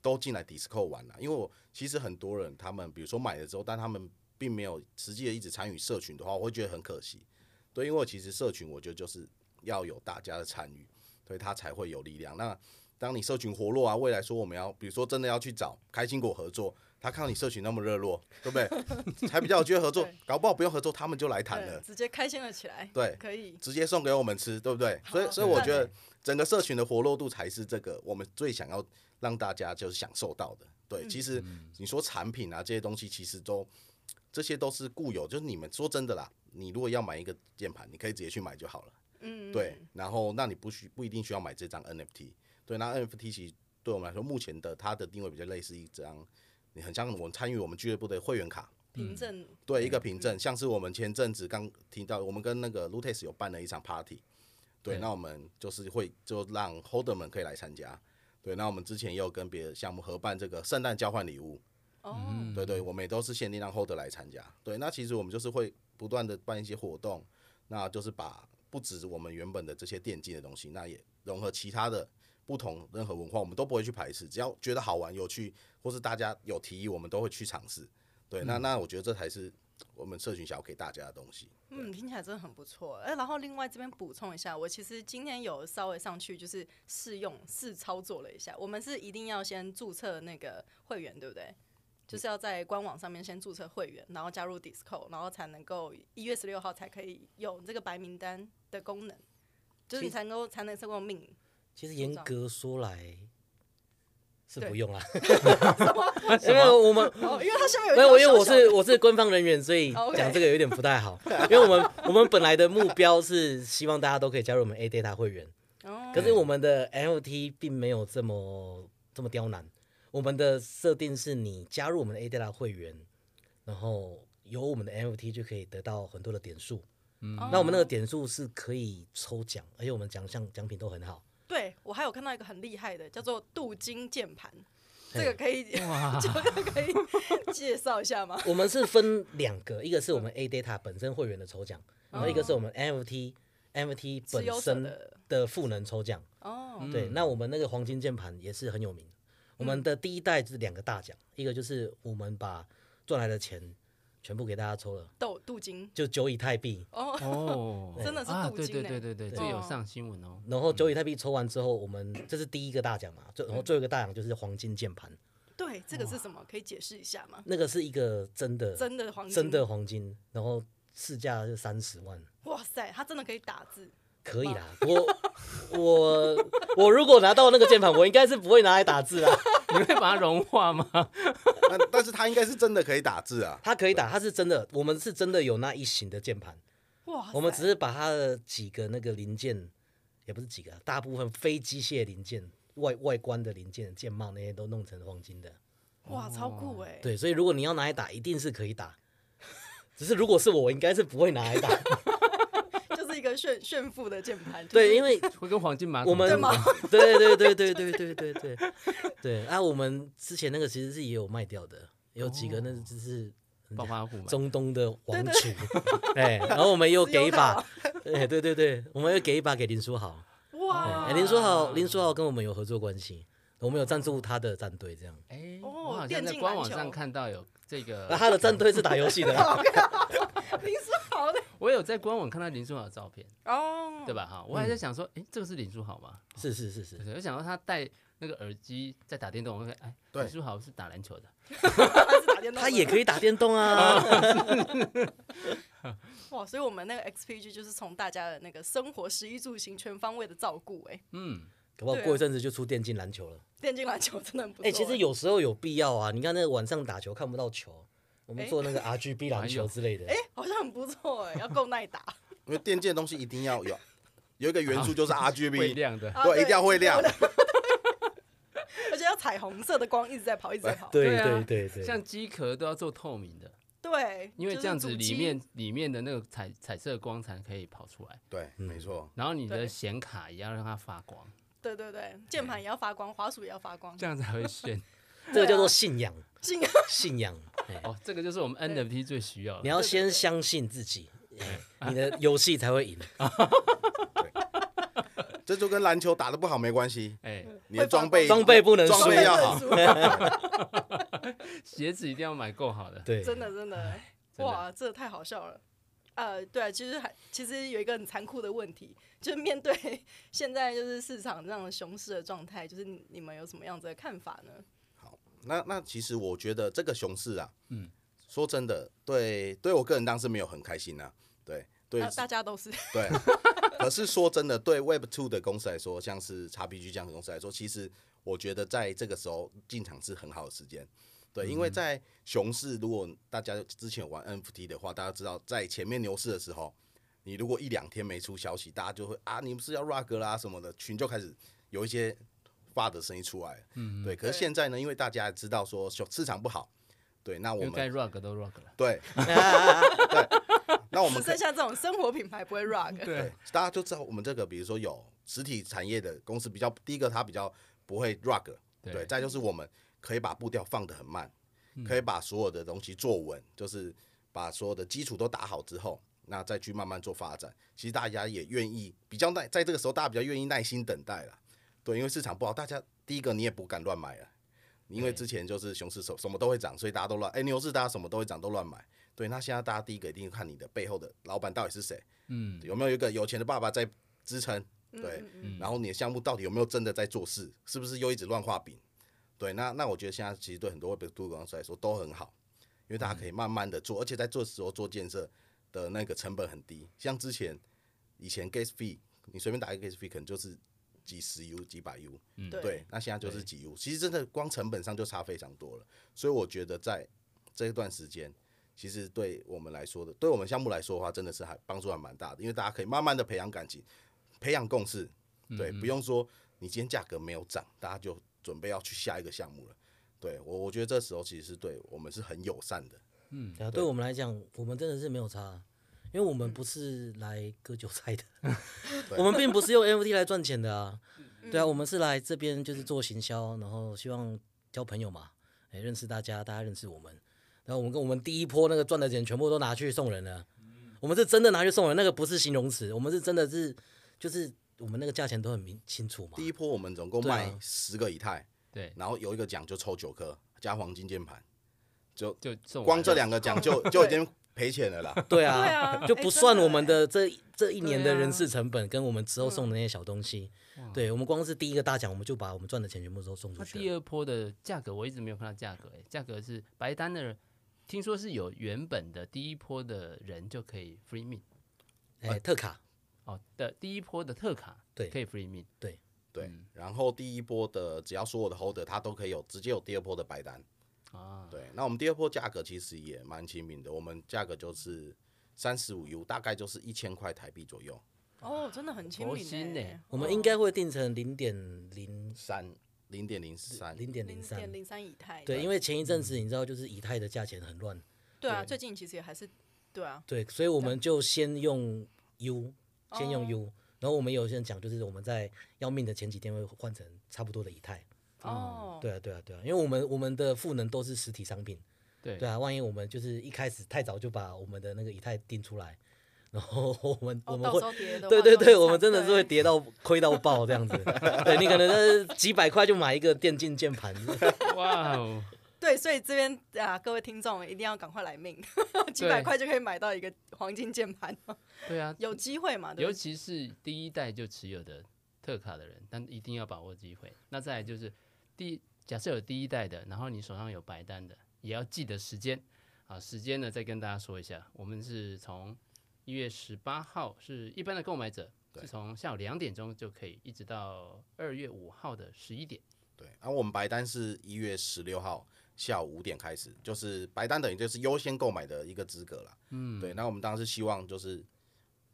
都进来 Discord 玩啦、因为我其实很多人他们比如说买了之后，但他们并没有实际的一直参与社群的话，我会觉得很可惜。对，因为其实社群我觉得就是要有大家的参与，所以它才会有力量。那当你社群活络啊，未来说我们要比如说真的要去找开心果合作，他看到你社群那么热络，对不对？ 才比较有机会合作
对，
搞不好不用合作他们就来谈
对
了。
直接开心了起来。
对
可以。
直接送给我们吃，对不对？
好
所以，所以我
赞
觉得整个社群的活络度才是这个我们最想要让大家就是享受到的。
嗯
对，其实你说产品啊这些东西，其实都这些都是固有，就是你们说真的啦，你如果要买一个键盘，你可以直接去买就好了。
嗯，
对，然后那你不需不一定需要买这张 NFT。对，那 NFT 其实对我们来说，目前的它的定位比较类似一张，你很像我们参与我们俱乐部的会员卡，
凭证
对，一个凭证，像是我们前阵子刚听到，我们跟那个 Lutes 有办了一场 party，对，
对
那我们就是会就让 Holder 们可以来参加，对，那我们之前也有跟别的项目合办这个圣诞交换礼物，
哦，
对
嗯
对，我们也都是限定让 Holder 来参加，对，那其实我们就是会不断的办一些活动，那就是把不止我们原本的这些电竞的东西，那也融合其他的。不同任何文化，我们都不会去排斥，只要觉得好玩、有趣，或是大家有提议，我们都会去尝试。对，
嗯
那那我觉得这才是我们社群想要给大家的东西。
嗯，听起来真的很不错。哎，然后另外这边补充一下，我其实今天有稍微上去就是试用试操作了一下。我们是一定要先注册那个会员，对不对？就是要在官网上面先注册会员，然后加入 Disco，然后才能够一月十六号才可以有这个白名单的功能，就是你才能够才能成功命。
其实严格说来是不
对
用啦，因
什
为
么？
我们
哦，因为它下面有一
没有，
条
我因为我
小小的哦
是我是官方人员，所以
OK
讲这个有点不太好。因为我们我们本来的目标是希望大家都可以加入我们 A Data 会员，
哦
可是我们的 NFT 并没有这么这么刁难。我们的设定是你加入我们的 A Data 会员，然后有我们的 NFT 就可以得到很多的点数。
嗯
那我们那个点数是可以抽奖，而且我们奖项奖品都很好。
对我还有看到一个很厉害的，叫做镀金键盘，这个
嘿
可以，这个可以介绍一下吗？
我们是分两个，一 个是我们 A Data 本身会员的抽奖，然后一个是我们 NFT NFT
持有
本
者
身
的
的赋能抽奖。
哦，
对，那我们那个黄金键盘也是很有名。我们的第一代是两个大奖，一个就是我们把赚来的钱全部给大家抽了，
镀镀金
就九以太币。
哦，
哦
真的是
啊，
镀
对
金欸
对
呢
对对对，这有上新闻哦。
然后九以太币抽完之后，我们这是第一个大奖嘛，最然后最后一个大奖就是黄金键盘，
对，这个是什么？可以解释一下吗？
那个是一个真的
真的黄金，
真的黄金，然后市价是三十万。
哇塞，它真的可以打字，
可以啦，不过我我如果拿到那个键盘，我应该是不会拿来打字啦。
你会把它融化吗？
但但是它应该是真的可以打字啊。
它可以打，它是真的，我们是真的有那一型的键盘，
哇塞，
我们只是把它的几个那个零件，也不是几个，啊大部分非机械零件、外外观的零件、键帽那些都弄成黄金的。
哇超酷哎，
哦对，所以如果你要拿来打，一定是可以打。 只是如果是我，我应该是不会拿来打。
就是一个炫炫富的键盘，就是
对，因为
会跟黄金马桶
我们
一样
对对对对对对对对对对啊！我们之前那个其实是也有卖掉的，有几个那就是
暴发户嘛，
中东的王储， 哎，然后我们又给一把
自，
哎，对对对，我们又给一把给林书豪，
哇
哎，林书豪，林书豪跟我们有合作关系，我们有赞助他的战队这样，
哎，
哦
我好像
电
在
竞
官
篮
网上
球
看到有这个
那，他的战队是打游戏的啦，
林书豪的
我有在官网看到林书豪的照片，
哦，
对吧？哈，我还
嗯
在想说，哎，这个是林书豪吗？
是是是是
对，对我想到他戴那个耳机在打电动，我说，哎，
对
林书豪是打篮球的，
他是打 电动的，
他也可以打电动啊，
哇，所以我们那个 XPG 就是从大家的那个生活、食衣住行全方位的照顾，哎，
嗯，
搞不好
对啊
过一阵子就出电竞篮球了。
电竞篮球真的很不错。欸
哎、其实有时候有必要啊。你看那个晚上打球看不到球，我们
哎
做那个 RGB 篮球之类的。
哎，好像很不错哎，要够耐打，
因为电竞的东西一定要有，有一个元素就是
会
RGB，
亮的，
啊
对，一定要会亮。
而且要彩虹色的光一直在跑，一直在跑。
哎对
对啊
对对对，
像机壳都要做透明的，
对，
因为这样
就
子
是主
里
机
面里面的那个彩彩色光才可以跑出来，
对，没错。
然后你的
对
显卡也要让它发光，
对对对，键盘也要发光，滑鼠也要发光
这，样才会炫。
这个叫
对
做
啊
信仰，
进
信仰。哎
哦，这个就是我们 NFT 最需要
你
的。
要先相信自己，哎你的游戏才会赢。
这就跟篮球打得不好没关系，
哎，
你的装备
装备不能输啊
装备要好。
装 备认输
鞋子一定要买够好的。
对，
真的真的，
真的
哇，这太好笑了。呃，对啊，其实还其实有一个很残酷的问题，就是面对现在就是市场这样熊市的状态，就是你你们有什么样子的看法呢？
那那其实我觉得这个熊市啊，嗯，说真的，对对我个人当时没有很开心啊，对对
大大家都是
对。可是说真的，对 Web Two 的公司来说，像是 XPG 这样的公司来说，其实我觉得在这个时候进场是很好的时间。对，因为在熊市，如果大家之前有玩 NFT 的话，大家知道在前面牛市的时候，你如果一两天没出消息，大家就会啊，你们是要 rug 啦什么的，群就开始有一些发的声音出来。嗯，对。可是
对
现在呢，因为大家知道说熊市场不好，对，那我
因为该
们
rug 都 rug 了，
对对，那我们
只
可
剩下这种生活品牌不会 rug，
对，大家就知道我们这个，比如说有实体产业的公司比较，第一个它比较不会 rug，
对
对，再就是我们可以把步调放得很慢，可以把所有的东西做稳，就是把所有的基础都打好之后，那再去慢慢做发展。其实大家也愿意比较耐，在这个时候大家比较愿意耐心等待啦。对，因为市场不好，大家第一个你也不敢乱买了。因为之前就是熊市什什么都会涨，所以大家都乱。哎、牛市大家什么都会涨，都乱买。对，那现在大家第一个一定看你的背后的老板到底是谁，
嗯，
有没有一个有钱的爸爸在支撑？对
嗯，
然后你的项目到底有没有真的在做事？是不是又一直乱画饼？对，那那我觉得现在其实对很多 Web 2公司来说都很好，因为大家可以慢慢的做，而且在做时候做建设的那个成本很低。像之前以前 gas fee，你随便打一个 gas fee 可能就是几十 U、几百 U，对，，那现在就是几 U，其实真的光成本上就差非常多了。所以我觉得在这一段时间，其实对我们来说的，对我们项目来说的话，真的是还帮助还蛮大的，因为大家可以慢慢的培养感情，培养共识，对，不用说你今天价格没有涨，大家就准备要去下一个项目了。对我，我觉得这时候其实是对我们是很友善的，
对啊，对我们来讲，我们真的是没有差，啊因为我们不是来割韭菜的，我们并不是用 NFT 来赚钱的啊。对啊，我们是来这边就是做行销，然后希望交朋友嘛，哎，认识大家，大家认识我们。然后我们跟我们第一波那个赚的钱全部都拿去送人了，我们是真的拿去送人，那个不是形容词，我们是真的是就是我们那个价钱都很明清楚嘛
第。一波我们总共
对啊
卖十个以太，
对，
然后有一个奖就抽九颗加黄金键盘，就
就送完
光这
了
两个 奖就就已经赔钱了啦。
对
对
啊，
啊，
就
哎
不算我们。
真
的这这一年的
对啊
人事成本，跟我们之后送的那些小东西。对我们光是第一个大奖，我们就把我们赚的钱全部都送出
那
去
第
了。
二波的价格我一直没有看到价格、哎，价格是白单的，听说是有原本的第一波的人就可以 free min
哎，特卡，
哦的第一波的特卡
对
可以 free min，
对
对，然后第一波的只要所有的 holder，它都可以有直接有第二波的白单。
啊，
对，那我们第二波价格其实也蛮亲民的，我们价格就是三十五 U，大概就是一千块台币左右，
哦，真的很亲
佛
民
心
欸
呢
我们应该会定成零点零
三零点零三。
零点
零
零三
点。零三以太。
对，因为嗯前一阵子你知道，就是以太的价钱很乱，
对啊，最近其实也还是对啊，
对，所以我们就先用 U，先用
哦
U，、然后我们有些人讲，就是我们在要命的前几天会换成差不多的以太。
哦，
对啊，对啊，对啊，因为我们我们的赋能都是实体商品，
对
对啊，万一我们就是一开始太早就把我们的那个以太定出来，然后我们、
哦
我们
到时
会。
候叠的话
对
就
对
很
对，我
惨
们真的是会
对
跌到亏到爆这样子。对你可能呃几百块就买一个电竞键 盘，
哇哦，
对，所以这边啊，各位听众一定要赶快来命，几百
对
块就可以买到一个黄金键盘，哦
对啊，
有机会嘛？对
尤
不对
其是第一代就持有的特卡的人，但一定要把握机会。那再来就是第假设有第一代的，然后你手上有白单的，也要记得时间啊。时间呢，再跟大家说一下，我们是从一月十八号是一般的购买者，
对
是从下午两点钟就可以，一直到二月五号的十一点。
对，然、后我们白单是一月十六号下午五点开始，就是白单等于就是优先购买的一个资格啦。嗯，对，那我们当然是希望就是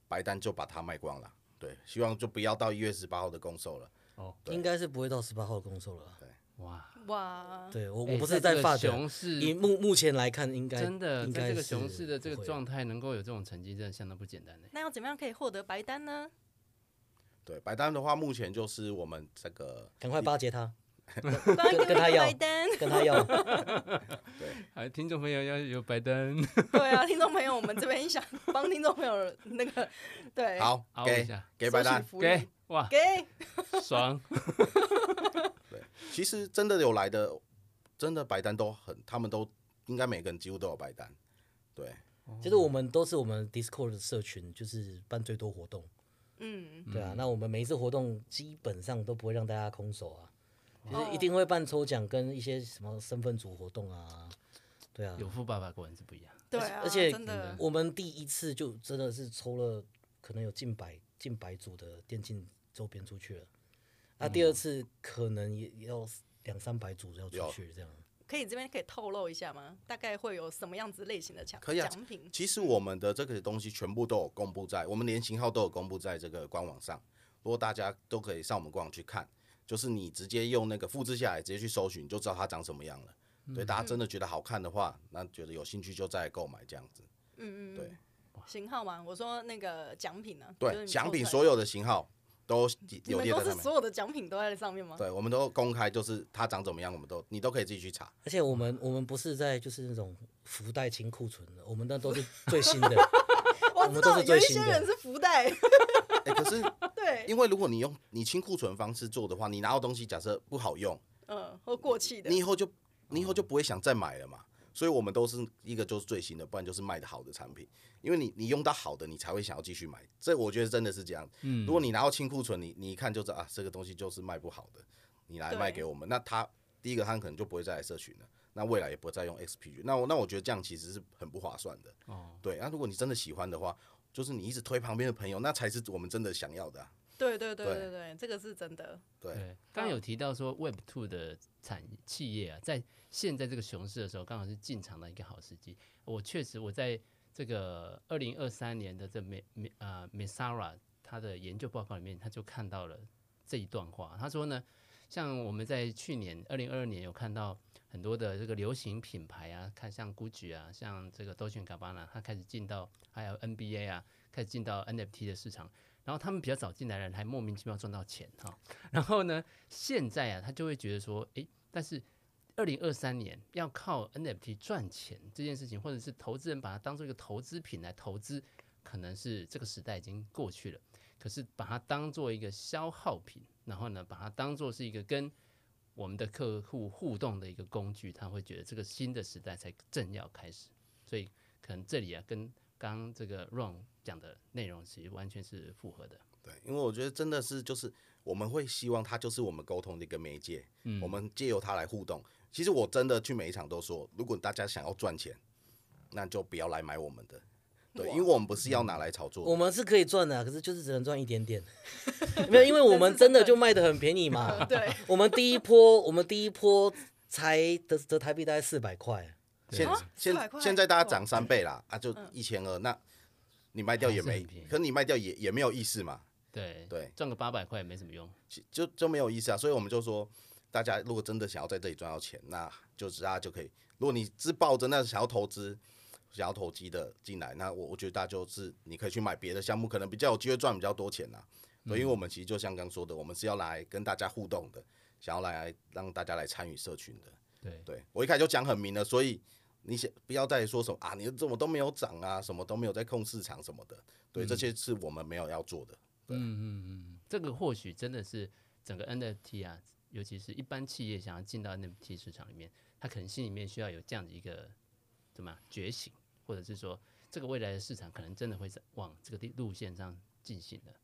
白单就把它卖光了，对，希望就不要到一月十八号的公售了。对
应该是不会到十八号公售了啦。
哇，
哇，
对我
哎
我不是
在
在
这个
发
熊
的，
市
以目目前来看，应该
真的
应
在
该
这个熊
是
市的这
不
个
会
状态，能够有这种成绩，真的相当不简单的。
那要怎么样可以获得白 单呢？
对，白单的话，目前就是我们这个
赶快巴结他，
跟
跟他要
白单，
跟他要。
好，哎听众朋友要有白 单，
对啊，听众朋友，我们这 边想帮听众朋友那个对，
好
熬一
给
下
给白单，
福
给
利
哇，
给
爽，
其实真的有来的，真的白单都很，他们都应该每个人几乎都有白单。对，
就是我们都是我们 Discord 的社群，就是办最多活动，
嗯，
对啊。那我们每一次活动基本上都不会让大家空手啊，就是一定会办抽奖跟一些什么身份组活动啊，对啊。
有富爸爸果然是不一样。
对啊，
而且嗯
真的
我们第一次就真的是抽了可能有近百近百组的电竞周边出去了，那第二次可能也也要两三百组要出
有
去这样。
可以这边可以透露一下吗？大概会有什么样子类型的奖
可以啊
奖品？
其实我们的这个东西全部都有公布在，我们连型号都有公布在这个官网上，如果大家都可以上我们官网去看，就是你直接用那个复制下来，直接去搜寻，你就知道它长什么样了。对，大家真的觉得好看的话，那觉得有兴趣就再来购买这样子。
嗯嗯，嗯
对
型号吗？我说那个奖品呢？就是
对，
你
奖
抽
品
出来
所有的型号都
你
有
们
列
都
在
是啊
上面
所。有的奖品都在上面吗？
对，我们都公开，就是它长怎么样，我们都你都可以自己去查。
而且我们我们不是在就是那种福袋清库存的，我们那都是最新的。
我
我
知
们都
道
是
有
最
一
新
些
的
人是福袋，
哎、可是
对，
因为如果你用你清库存方式做的话，你拿到东西假设不好用，
嗯，或过气的
你。以后就你以后就不会想再买了嘛。所以我们都是一个就是最新的，不然就是卖的好的产品，因为你你用到好的，你才会想要继续买。这我觉得真的是这样。嗯，如果你拿到清库存，你你一看就知道啊，这个东西就是卖不好的，你来
对
卖给我们，那他第一个他可能就不会再来社群了，那未来也不会再用 XPG。那我那我觉得这样其实是很不划算的。
哦，
对。那如果你真的喜欢的话，就是你一直推旁边的朋友，那才是我们真的想要的啊、
对对对
对
对对，这个是真的。
对。
对，刚刚有提到说 Web Two 的产企业啊，在现在这个熊市的时候，刚好是进场的一个好时机。我确实我在这个二零二三年的这美美啊 Mesara 他的研究报告里面，他就看到了这一段话。他说呢，像我们在去年二零二二年有看到很多的这个流行品牌啊，看像 GUCCI 啊，像这个 Dolce Gabbana，它开始进到还有 NBA 啊，开始进到 NFT 的市场。然后他们比较早进来的人，还莫名其妙赚到钱哈、然后呢，现在啊，他就会觉得说，诶，但是二零二三年要靠 NFT 赚钱这件事情，或者是投资人把它当做一个投资品来投资，可能是这个时代已经过去了。可是把它当做一个消耗品，然后呢，把它当做是一个跟我们的客户互动的一个工具，他会觉得这个新的时代才正要开始。所以可能这里啊，跟刚刚这个 Ron 讲的内容其实完全是符合的。
对，因为我觉得真的是就是我们会希望它就是我们沟通的一个媒介，
嗯
我们借由它来互动。其实我真的去每一场都说，如果大家想要赚钱，那就不要来买我们的，对，
哇
因为我们不是要拿来炒作的，
我们是可以赚的啊、可是就是只能赚一点点。没有，因为我们真的就卖的很便 宜嘛。
呃对，
我们第一波，我们第一波才得得台币大概四百块，
现
啊400
现
块
现在大家涨
哦
三倍啦，啊，就一千二，那你卖掉也
还是
没
很便宜，
可你卖掉也也没有意思嘛，
对
对
赚个八百块也没什么用。
其就就没有意思啊，所以我们就说，大家如果真的想要在这里赚到钱，那就是大家就可以，如果你是抱着那想要投资、想要投机的进来，那我我觉得大家就是你可以去买别的项目，可能比较有机会赚比较多钱呐、对，因为我们其实就像刚说的，我们是要来跟大家互动的，想要来让大家来参与社群的。
对，
对我一开始就讲很明了，所以你想不要再说什么啊，你怎么都没有涨啊，什么都没有在控市场什么的，对，这些是我们没有要做的。
嗯嗯嗯，这个或许真的是整个 NFT 啊，尤其是一般企业想要进到 NFT 市场里面，他可能心里面需要有这样的一个怎么啊觉醒，或者是说这个未来的市场可能真的会在往这个地路线上进行的。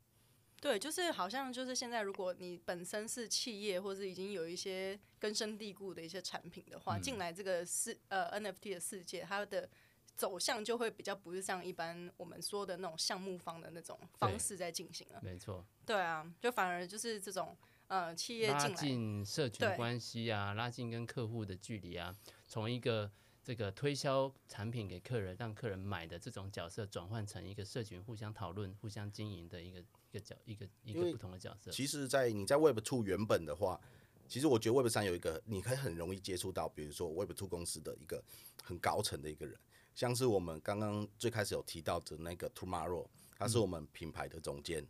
对，就是好像就是现在，如果你本身是企业，或是已经有一些根深蒂固的一些产品的话，进来这个世呃 NFT 的世界，它的走向就会比较不是像一般我们说的那种项目方的那种方式在进行了。
没错，
对啊，就反而就是这种呃企业
拉
进来，
近社群
对
关系啊，拉近跟客户的距离啊，从一个这个推销产品给客人，让客人买的这种角色，转换成一个社群互相讨论、互相经营的一个一个角一个一
因
个
为
不同的角色。
其实在，你在 Web Two 原本的话，其实我觉得 Web 三有一个你可以很容易接触到，比如说 Web Two 公司的一个很高层的一个人，像是我们刚刚最开始有提到的那个 Tomorrow，他是我们品牌的总监。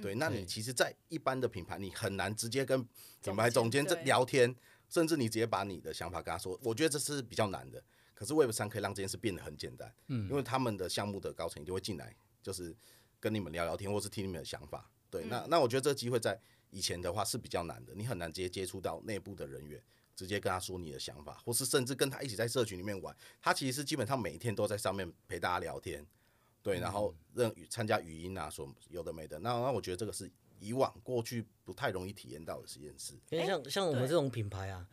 对，那
嗯对
你其实，在一般的品牌，你很难直接跟品牌
总
总
监
监这
对
聊天，甚至你直接把你的想法跟他说，我觉得这是比较难的。可是 Web 三可以让这件事变得很简单，嗯，因为他们的项目的高层就会进来，就是跟你们聊聊天，或是听你们的想法。对，那那我觉得这个机会在以前的话是比较难的，你很难直接接触到内部的人员，直接跟他说你的想法，或是甚至跟他一起在社群里面玩。他其实是基本上每一天都在上面陪大家聊天，对，然后任参加语音啊，什么有的没的。那那我觉得这个是以往过去不太容易体验到的实验室。
因为
哎
像像我们
对
这种品牌啊，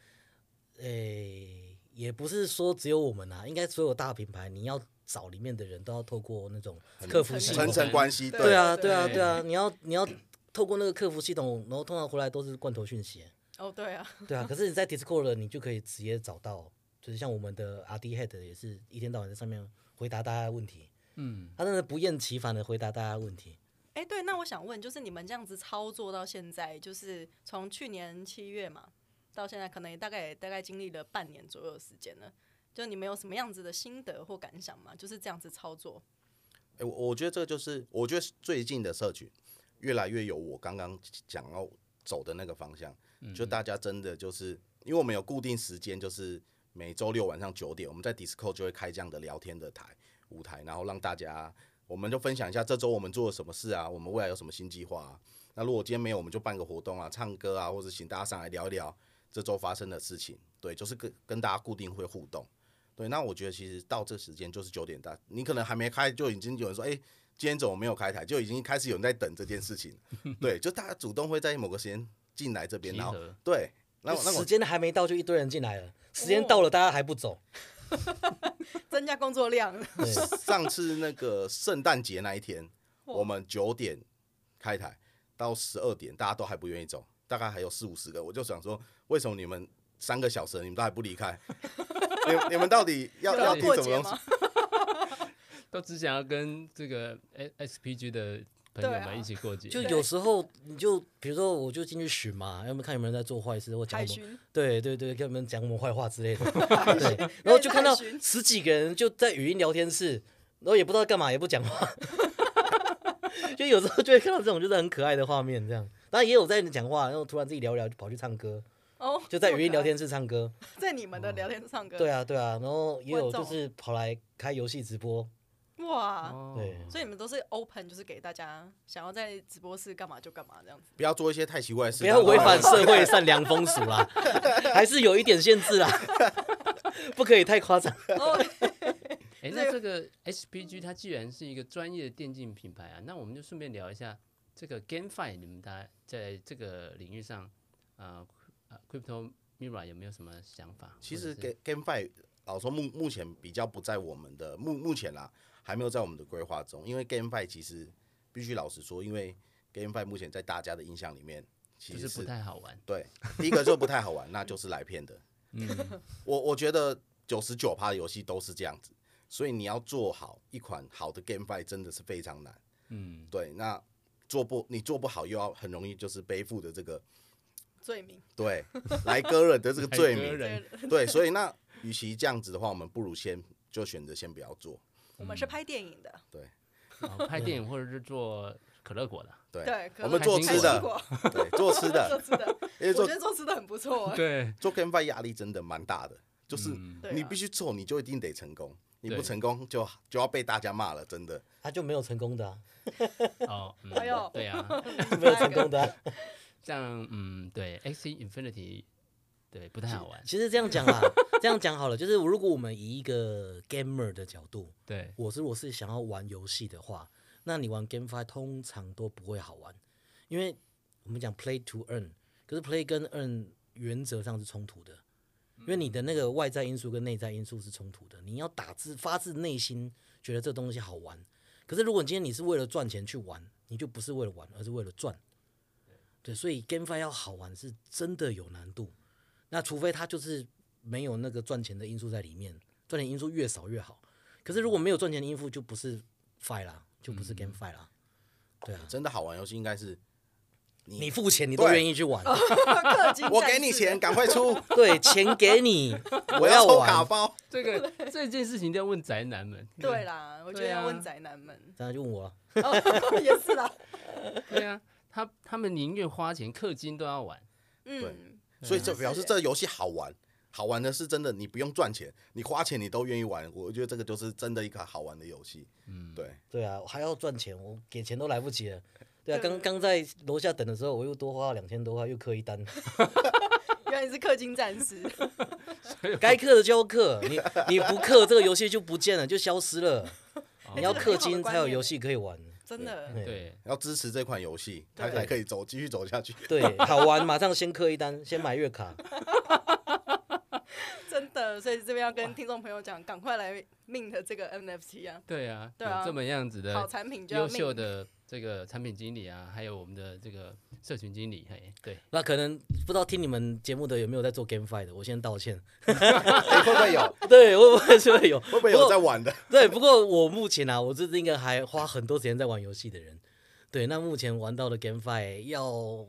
诶，也不是说只有我们啊，应该所有大品牌，你要找里面的人都要透过那种客服系
是
统
层
层
层关系，
对
对啊，对啊，
对
对啊，你要你要透过那个客服系统，然后通常回来都是罐头讯息。
哦对啊，
对啊，可是你在 Discord 你就可以直接找到，就是像我们的 R D Head 也是一天到晚在上面回答大家的问题，
嗯，
他真的不厌其烦的回答大家的问题。
哎、对，那我想问，就是你们这样子操作到现在，就是从去年七月嘛，到现在可能也大概也大概经历了半年左右的时间了。就你们有什么样子的心得或感想吗？就是这样子操作，
哎、我我觉得这就是，我觉得最近的社群越来越有我刚刚讲要走的那个方向，就大家真的就是，因为我们有固定时间，就是每周六晚上九点，我们在 Discord 就会开这样的聊天的台舞台，然后让大家，我们就分享一下这周我们做了什么事啊，我们未来有什么新计划啊。那如果今天没有，我们就办个活动啊，唱歌啊，或者请大家上来聊一聊这周发生的事情。对，就是跟跟大家固定会互动。对，那我觉得其实到这时间就是九点大，你可能还没开就已经有人说，哎、今天怎么没有开台？就已经开始有人在等这件事情。对，就大家主动会在某个时间进来这边，
集
然后
合
对，那
那
我那我
时间还没到，就一堆人进来
哦
了。时间到了，大家还不走。
增加工作量。
对，
上次那个圣诞节那一天，我们九点开台到十二点，大家都还不愿意走，大概还有四五十个。我就想说，为什么你们三个小时你们都还不离开？你你们到底 要
有
要
人
听
过
什
节
么东西
吗？？
都只想要跟这个哎 S P G 的朋友
对啊
们一起过节，
就有时候你就比如说，我就进去巡嘛，要么看有没有人在做坏事或讲
海
我们，
巡
对对对，跟他们讲我们坏话之类的。 对，然后就看到
海巡
十几个人就在语音聊天室，然后也不知道干嘛，也不讲话。 就有时候就会看到这种就是很可爱的画面，这样。当然也有在讲话，然后突然自己聊一聊就跑去唱歌，
哦，
就在
这么
语音
可
聊
爱，
天室唱歌。
在你们的聊天唱歌。
对啊对啊，然后也有
观众
就是跑来开游戏直播，
哇，
哦
对。
所以你们都是 open，就是给大家想要在直播室干嘛就干嘛这样子。
不要做一些太奇怪的事，
不要违反社会善良风俗啦，还是有一点限制啦， 不可以太夸张。
哦，
哎，
啊
那这个 SPG 它既然是一个专业的电竞品牌啊，那我们就顺便聊一下这个 GameFi，你们大家在这个领域上，呃，呃 Crypto Mira 有没有什么想法？
其
或者
实
是
Game GameFi 老实说目目前比较不在我们的目目前啦，还没有在我们的规划中，因为 GameFi 其实必须老实说，因为 GameFi 目前在大家的印象里面其
就
实
是不太好玩。
对，第一个就不太好玩，那就是来骗的。我我觉得九十九趴的游戏都是这样子，所以你要做好一款好的 GameFi 真的是非常难。
嗯，
对，那做不你做不好，又要很容易就是背负的这个
罪名。
对来哥人的这个罪
来 割
名。
人
对，所以那与其这样子的话，我们不如先就选择先不要做。
我们是拍电影的，
哦拍电影或者是做可乐果的。
对，
对，可
我们
能
做
开
吃
心
的，
果
对，做吃
做
的，
吃的，
因
我觉
为做
得做吃的很不错。
对，
做 GameFi 压力真的蛮大的，就是
对啊
你必须做，你就一定得成功，你不
对
成功就就要被大家骂了，真的。
他就没有成功的、啊，
哦，嗯
哎呦
对啊，
没有成功的啊、
像嗯，对，X Infinity，对，不太好玩。
其实这样讲啦，这样讲好了，就是如果我们以一个 gamer 的角度，
对，
我是我是想要玩游戏的话，那你玩 GameFi 通常都不会好玩，因为我们讲 Play to Earn，可是 Play 跟 Earn 原则上是冲突的，因为你的那个外在因素跟内在因素是冲突的。你要打自发自内心觉得这东西好玩，可是如果你今天你是为了赚钱去玩，你就不是为了玩，而是为了赚。对，所以 GameFi 要好玩是真的有难度，那除非它就是没有那个赚钱的因素在里面，赚钱因素越少越好。可是如果没有赚钱的因素，就不是 fi 啦，就
嗯
不是 game fi 啦。对啊，
真的好玩游戏应该是你
你付钱你都
对
愿意去玩，
氪金
我
战
给你
士
钱，赶快出，
对，钱给你，
我
要
要抽
玩，
卡包。
这个这件事情一定要问宅 男们。
对啦，我觉得
对啊
要问宅男们
然后就问我，啊
哦 也是啦。
对啊，他他们宁愿花钱氪金都要玩。
嗯，
所以这
是
表示
欸
这游戏好玩，好玩的是真的，你不用赚钱，你花钱你都愿意玩。我觉得这个就是真的一个好玩的游戏。嗯，对，
对啊，我还要赚钱，我给钱都来不及了。对啊，
对
刚刚在楼下等的时候，我又多花了两千多块，又刻一单，
原来你是氪金战士，
该刻的就要刻，你你不刻这个游戏就不见了，就消失 了。你要
哎这
氪
是很好的
金
观
才有
念
游戏可以 玩，
真的。
对，
要支持这款游戏，它
对
才可以走继续走下去。
对，好玩，马上先刻一单，先买月 卡，
真的，所以这边要跟听众朋友讲，赶快来 mint 这个 NFT 啊，
对啊，
对啊
有这么样子
好
的
产品就要
优秀
mint。
的这个产品经理啊，还有我们的这个社群经理，嘿，对，
那可能不知道听你们节目的有没有在做 game fi 的，我先道歉。
哎会不会有？
对，会不会是会有？
会
会
不会有在玩的？
对，不过我目前啊，我这是一个还花很多时间在玩游戏的人。对，那目前玩到的 GameFi 要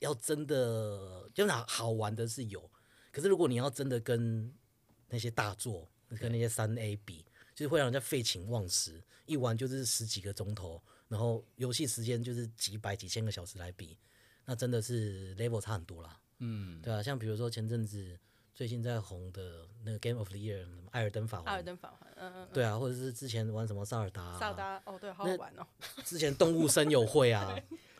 要真的就是好好玩的是有，可是如果你要真的跟那些大作、跟那些三 A 比，就是会让人家废寝忘食，一玩就是十几个钟头，然后游戏时间就是几百几千个小时来比，那真的是 level 差很多啦。
嗯，
对啊，像比如说前阵子最近在红的那个 Game of the Year，艾尔登法
阿尔
环。
登法环，嗯嗯，嗯
对啊，或者是之前玩什么萨尔达、啊，
萨达，哦对，好好玩哦。
之前动物森友会啊，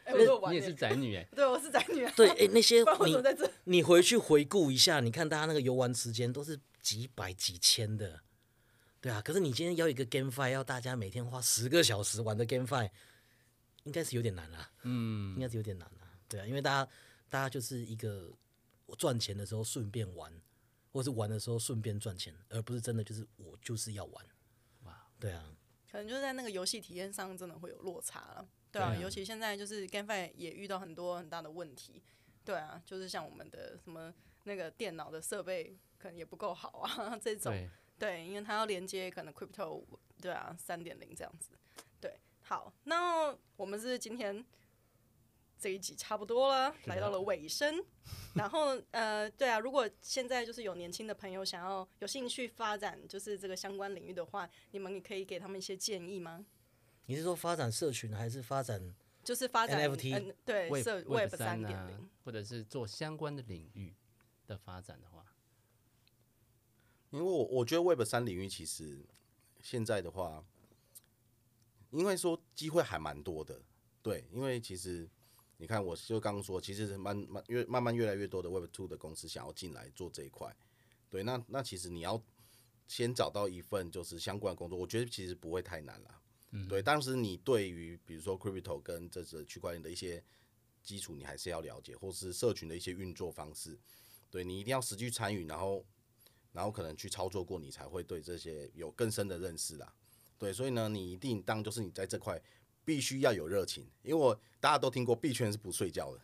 哎，我都有玩
你也
耶
是宅女哎，
对，我是宅女啊，
对，哎、那些
不然我怎么
你
在这？
你回去回顾一下，你看大家那个游玩时间都是几百几千的，对啊。可是你今天要一个 GameFi，要大家每天花十个小时玩的 GameFi，应该是有点难啦、应
嗯，
该是有点难啦、对啊，因为大家大家就是一个我赚钱的时候顺便玩，或是玩的时候顺便赚钱，而不是真的就是我就是要玩，哇
哇，
对啊，
可能就是在那个游戏体验上真的会有落差了。对啊，
对啊
尤其现在就是 GameFi 也遇到很多很大的问题。对啊，就是像我们的什么那个电脑的设备可能也不够好啊， 这种
对，
对，因为它要连接可能 crypto，对啊，三点零这样子。对，好，那我们是今天这一集差不多了，
的
来到了尾声。 然后呃，对啊，如果现在就是有年轻的朋友想要有兴趣发展就是这个相关领域的话，你们也可以给他们一些建议吗？
你是说发展社群还是发展？
就是发展
NFT
嗯、对，社
Web- Web
三
三
点
啊
零，，
或者是做相关的领域的发展的话，
因为我我觉得 Web 三领域其实现在的话，因为说机会还蛮多的，对，因为其实你看，我就刚刚说，其实慢慢越慢慢越来越多的 Web two 的公司想要进来做这一块，对，那那其实你要先找到一份就是相关的工作，我觉得其实不会太难啦。对，当时你对于比如说 crypto 跟这次区块链的一些基础，你还是要了解，或是社群的一些运作方式，对你一定要实际参与，然后然后可能去操作过，你才会对这些有更深的认识啦。对，所以呢，你一定当就是你在这块必须要有热情，因为我大家都听过币圈是不睡觉的，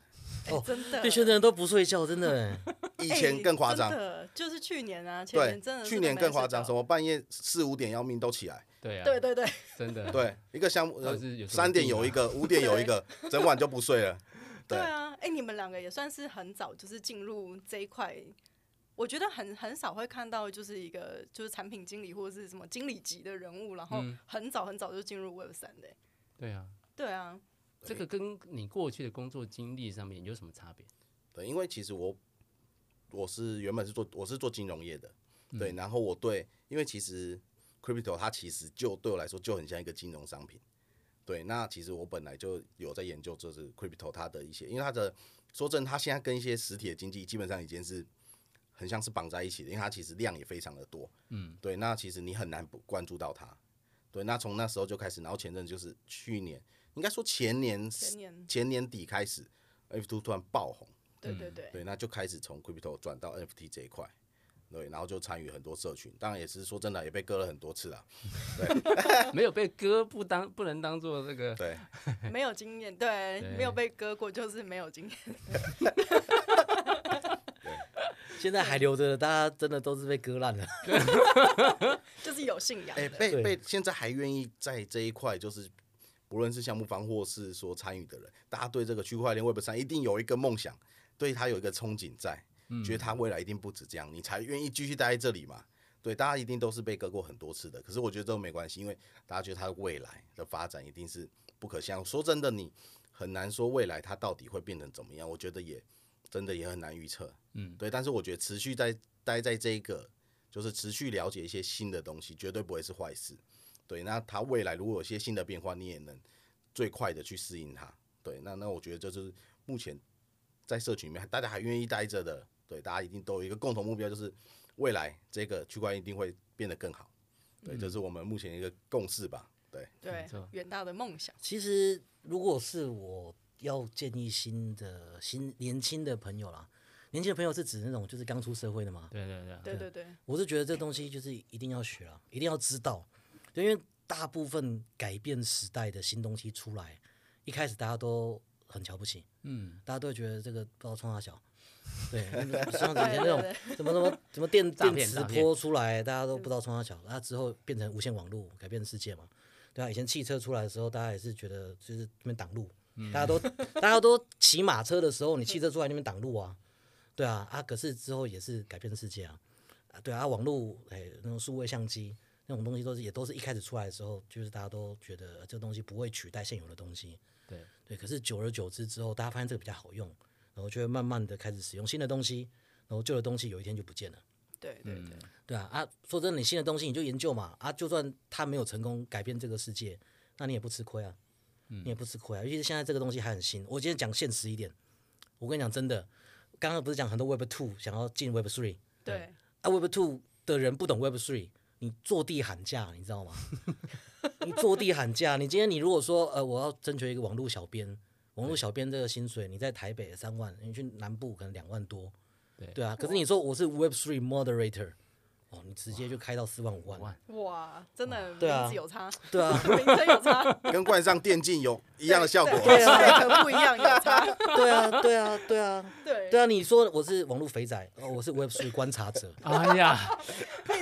哦
哎真的，
币圈的人都不睡觉，真的欸。
以
哎
前更夸张
真，的就是去年啊，前
对
年真的，是
去
都
年
没
更
睡
夸张，
着
什么半夜四五点要命都起来，
对啊，
对对对，
真的，
对，一个项目
到
呃
底是有什么
三点
病啊
有一个，五点有 一个，整晚就不睡了。
对啊，哎、你们两个也算是很早就是进入这一块，我觉得很很少会看到就是一个就是产品经理或者是什么经理级的人物，然后
嗯
很早很早就进入 Web 三的、
对啊，
对啊，
这个跟你过去的工作经历上面有什么差别？
对，因为其实我我是原本是做我是做金融业的，对，然后我对，因为其实 crypto 它其实就对我来说就很像一个金融商品，对，那其实我本来就有在研究就是 crypto 它的一些，因为它的说真的，它现在跟一些实体的经济基本上已经是很像是绑在一起的，因为它其实量也非常的多，嗯，对，那其实你很难不关注到它，对，那从那时候就开始，然后前阵就是去年，应该说前年
前年
前年底开始，F two 突然爆红。
对对对，
对，那就开始从 crypto 转到 NFT 这一块，对，然后就参与很多社群，当然也是说真的也被割了很多次啊，
没有被割不当不能当做这 个
对，
没有经验，对，
对
没有被割过就是没有经验，
现在还留着的，大家真的都是被割烂了。
就是有信仰
哎、
的。
被
对
被现在还愿意在这一块就是。不论是项目方或是说参与的人，大家对这个区块链 Web 三一定有一个梦想，对它有一个憧憬在，觉得它未来一定不止这样，你才愿意继续待在这里嘛。对，大家一定都是被割过很多次的，可是我觉得这没关系，因为大家觉得它未来的发展一定是不可想。说真的，你很难说未来它到底会变成怎么样，我觉得也真的也很难预测。嗯，对，但是我觉得持续在待在这一个，就是持续了解一些新的东西，绝对不会是坏事。对，那它未来如果有些新的变化，你也能最快的去适应它。对，那那我觉得这就是目前在社群里面大家还愿意待着的。对，大家一定都有一个共同目标，就是未来这个区块链一定会变得更好。对，这是我们目前一个共识吧。对，
对
没错，
远大的梦想，
其实如果是我要建议新的新年轻的朋友啦，年轻的朋友是指那种就是刚出社会的嘛，
对对对
对对对，
我是觉得这东西就是一定要学啊，一定要知道，对，因为大部分改变时代的新东西出来，一开始大家都很瞧不起，嗯，大家都会觉得这个不知道冲啥 小，对，像以前那种
对
什么什么什么电
诈
电
骗
磁
诈骗
波出来，大家都不知道冲啥小，那之后变成无线网络改变世界嘛，对啊，以前汽车出来的时候，大家也是觉得就是这边挡路，大家都大家都骑马车的时候，你汽车出来那边挡路啊，对啊啊，可是之后也是改变世界啊，啊对啊，网络哎、那种数位相机那种东西都是也都是一开始出来的时候，就是大家都觉得呃这个东西不会取代现有的东西，
对
对，可是久而久之之后，大家发现这个比较好用，然后就会慢慢的开始使用新的东西，然后旧的东西有一天就不见了。
对对对，
对啊，啊，说真的，你新的东西你就研究嘛，啊，就算它没有成功改变这个世界，那你也不吃亏啊，你也不吃亏啊，尤其是现在这个东西还很新。我今天讲现实一点，我跟你讲真的，刚刚不是讲很多 Web Two 想要进 Web Three，
对，
啊，Web Two 的人不懂 Web Three，你坐地喊价，你知 道吗？你坐地喊价，你今天你如果说呃，我要征求一个网络小编，网络小编这个薪水，你在台北三万，你去南部可能两万多，
对
对啊。可是你说我是 Web Three Moderator，哦，你直接就开到四万五万，
万
哇，真的
对啊
名字有差，
对啊，
名声有差，
跟冠上电竞有 一样的效果。
对，对可不一样，有差，
对啊，对啊，对啊，
对
对啊。你说我是网络肥仔，哦，我是 Web Three 观察 者，
哎呀，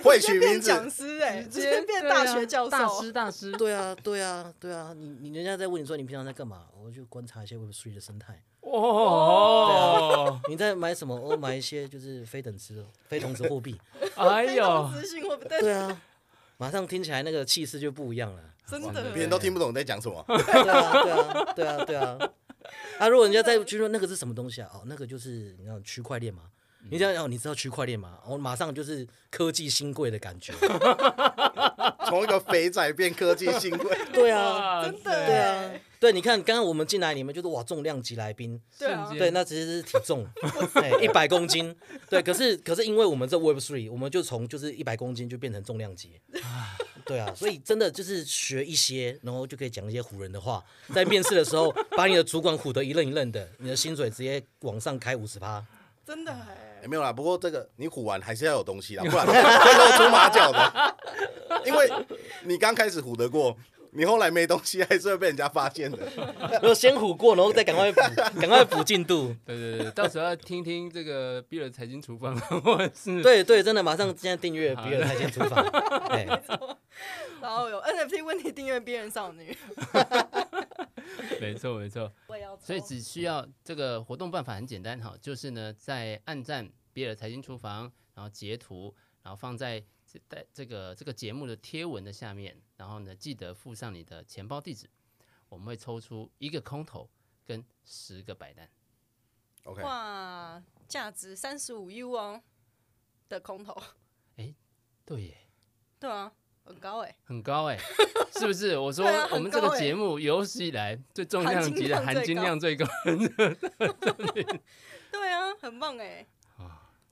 会
直接
取名
变
字，
讲师哎，直接变大学教
大
授
师，大师，
对啊，对啊，对啊。你你人家在问你说你平常在干嘛，我就观察一些 Web Three 的生态。
哦，
你在买什么？我买一些就是非等值、非同值货币。
哎
非常
呦，
资讯，我不对，
对啊，马上听起来那个气势就不一样了。
真
哇
的
别人都听不懂你在讲什么。
对啊，对啊，对啊，对啊。啊，如果人家在就说那个是什么东西啊？哦，那个就是你知道区块链嘛。你这样哦，你知道区块链吗？我、哦、马上就是科技新贵的感觉。
从一个肥仔变科技新贵，
对啊，
哇
真的
对啊，对，你看刚刚我们进来，你们就是哇重量级来宾，
对啊
瞬间
对，那只是体重，哎一百公斤，对，可是可是因为我们这 Web Three，我们就从就是一百公斤就变成重量级，对啊，所以真的就是学一些，然后就可以讲一些唬人的话，在面试的时候把你的主管唬得一愣一愣的，你的薪水直接往上开五十趴，
真的哎，
也没有啦，不过这个你唬完还是要有东西啦，不然 会露出马脚的。因为你刚开始唬得过，你后来没东西还是会被人家发现的。
要先唬过，然后再赶快补，赶快补进度。
对对对，到时候要听听这个比尔财经厨房，或者是
对对，真的马上现在订阅比尔开心厨房。哎，
然后有 NFT 问题订阅边缘少女，
没错没错，
我也要抽。
所以只需要这个活动办法很简单哈，就是呢，在按赞比尔财经厨房，然后截图，然后放在这在这个这个节目的贴文的下面，然后呢，记得附上你的钱包地址，我们会抽出一个空投跟十个白单。
OK，
哇，价值三十五 U 哦的空投，
对耶，
对啊，很高哎、
很高 哎、是不是？我说
对啊很
我们这个
高欸
节目有史以来最重
含
量
金
级的
量
含
最
金
高
量最高，
对啊，很棒哎、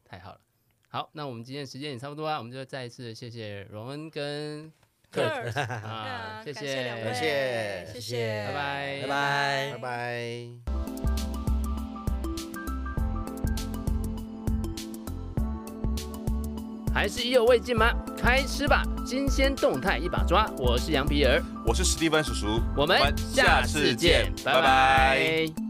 太好了。好，那我们今天时间也差不多啊，我们就再一次谢谢荣恩跟
对
啊
啊，
谢
感谢两位，
感谢
谢
谢谢
谢，
拜
拜
拜
拜
拜拜。
还是意犹未尽吗？开吃吧，新鲜动态一把抓。我是羊皮儿，
我是史蒂芬叔叔，
我们下次见，拜拜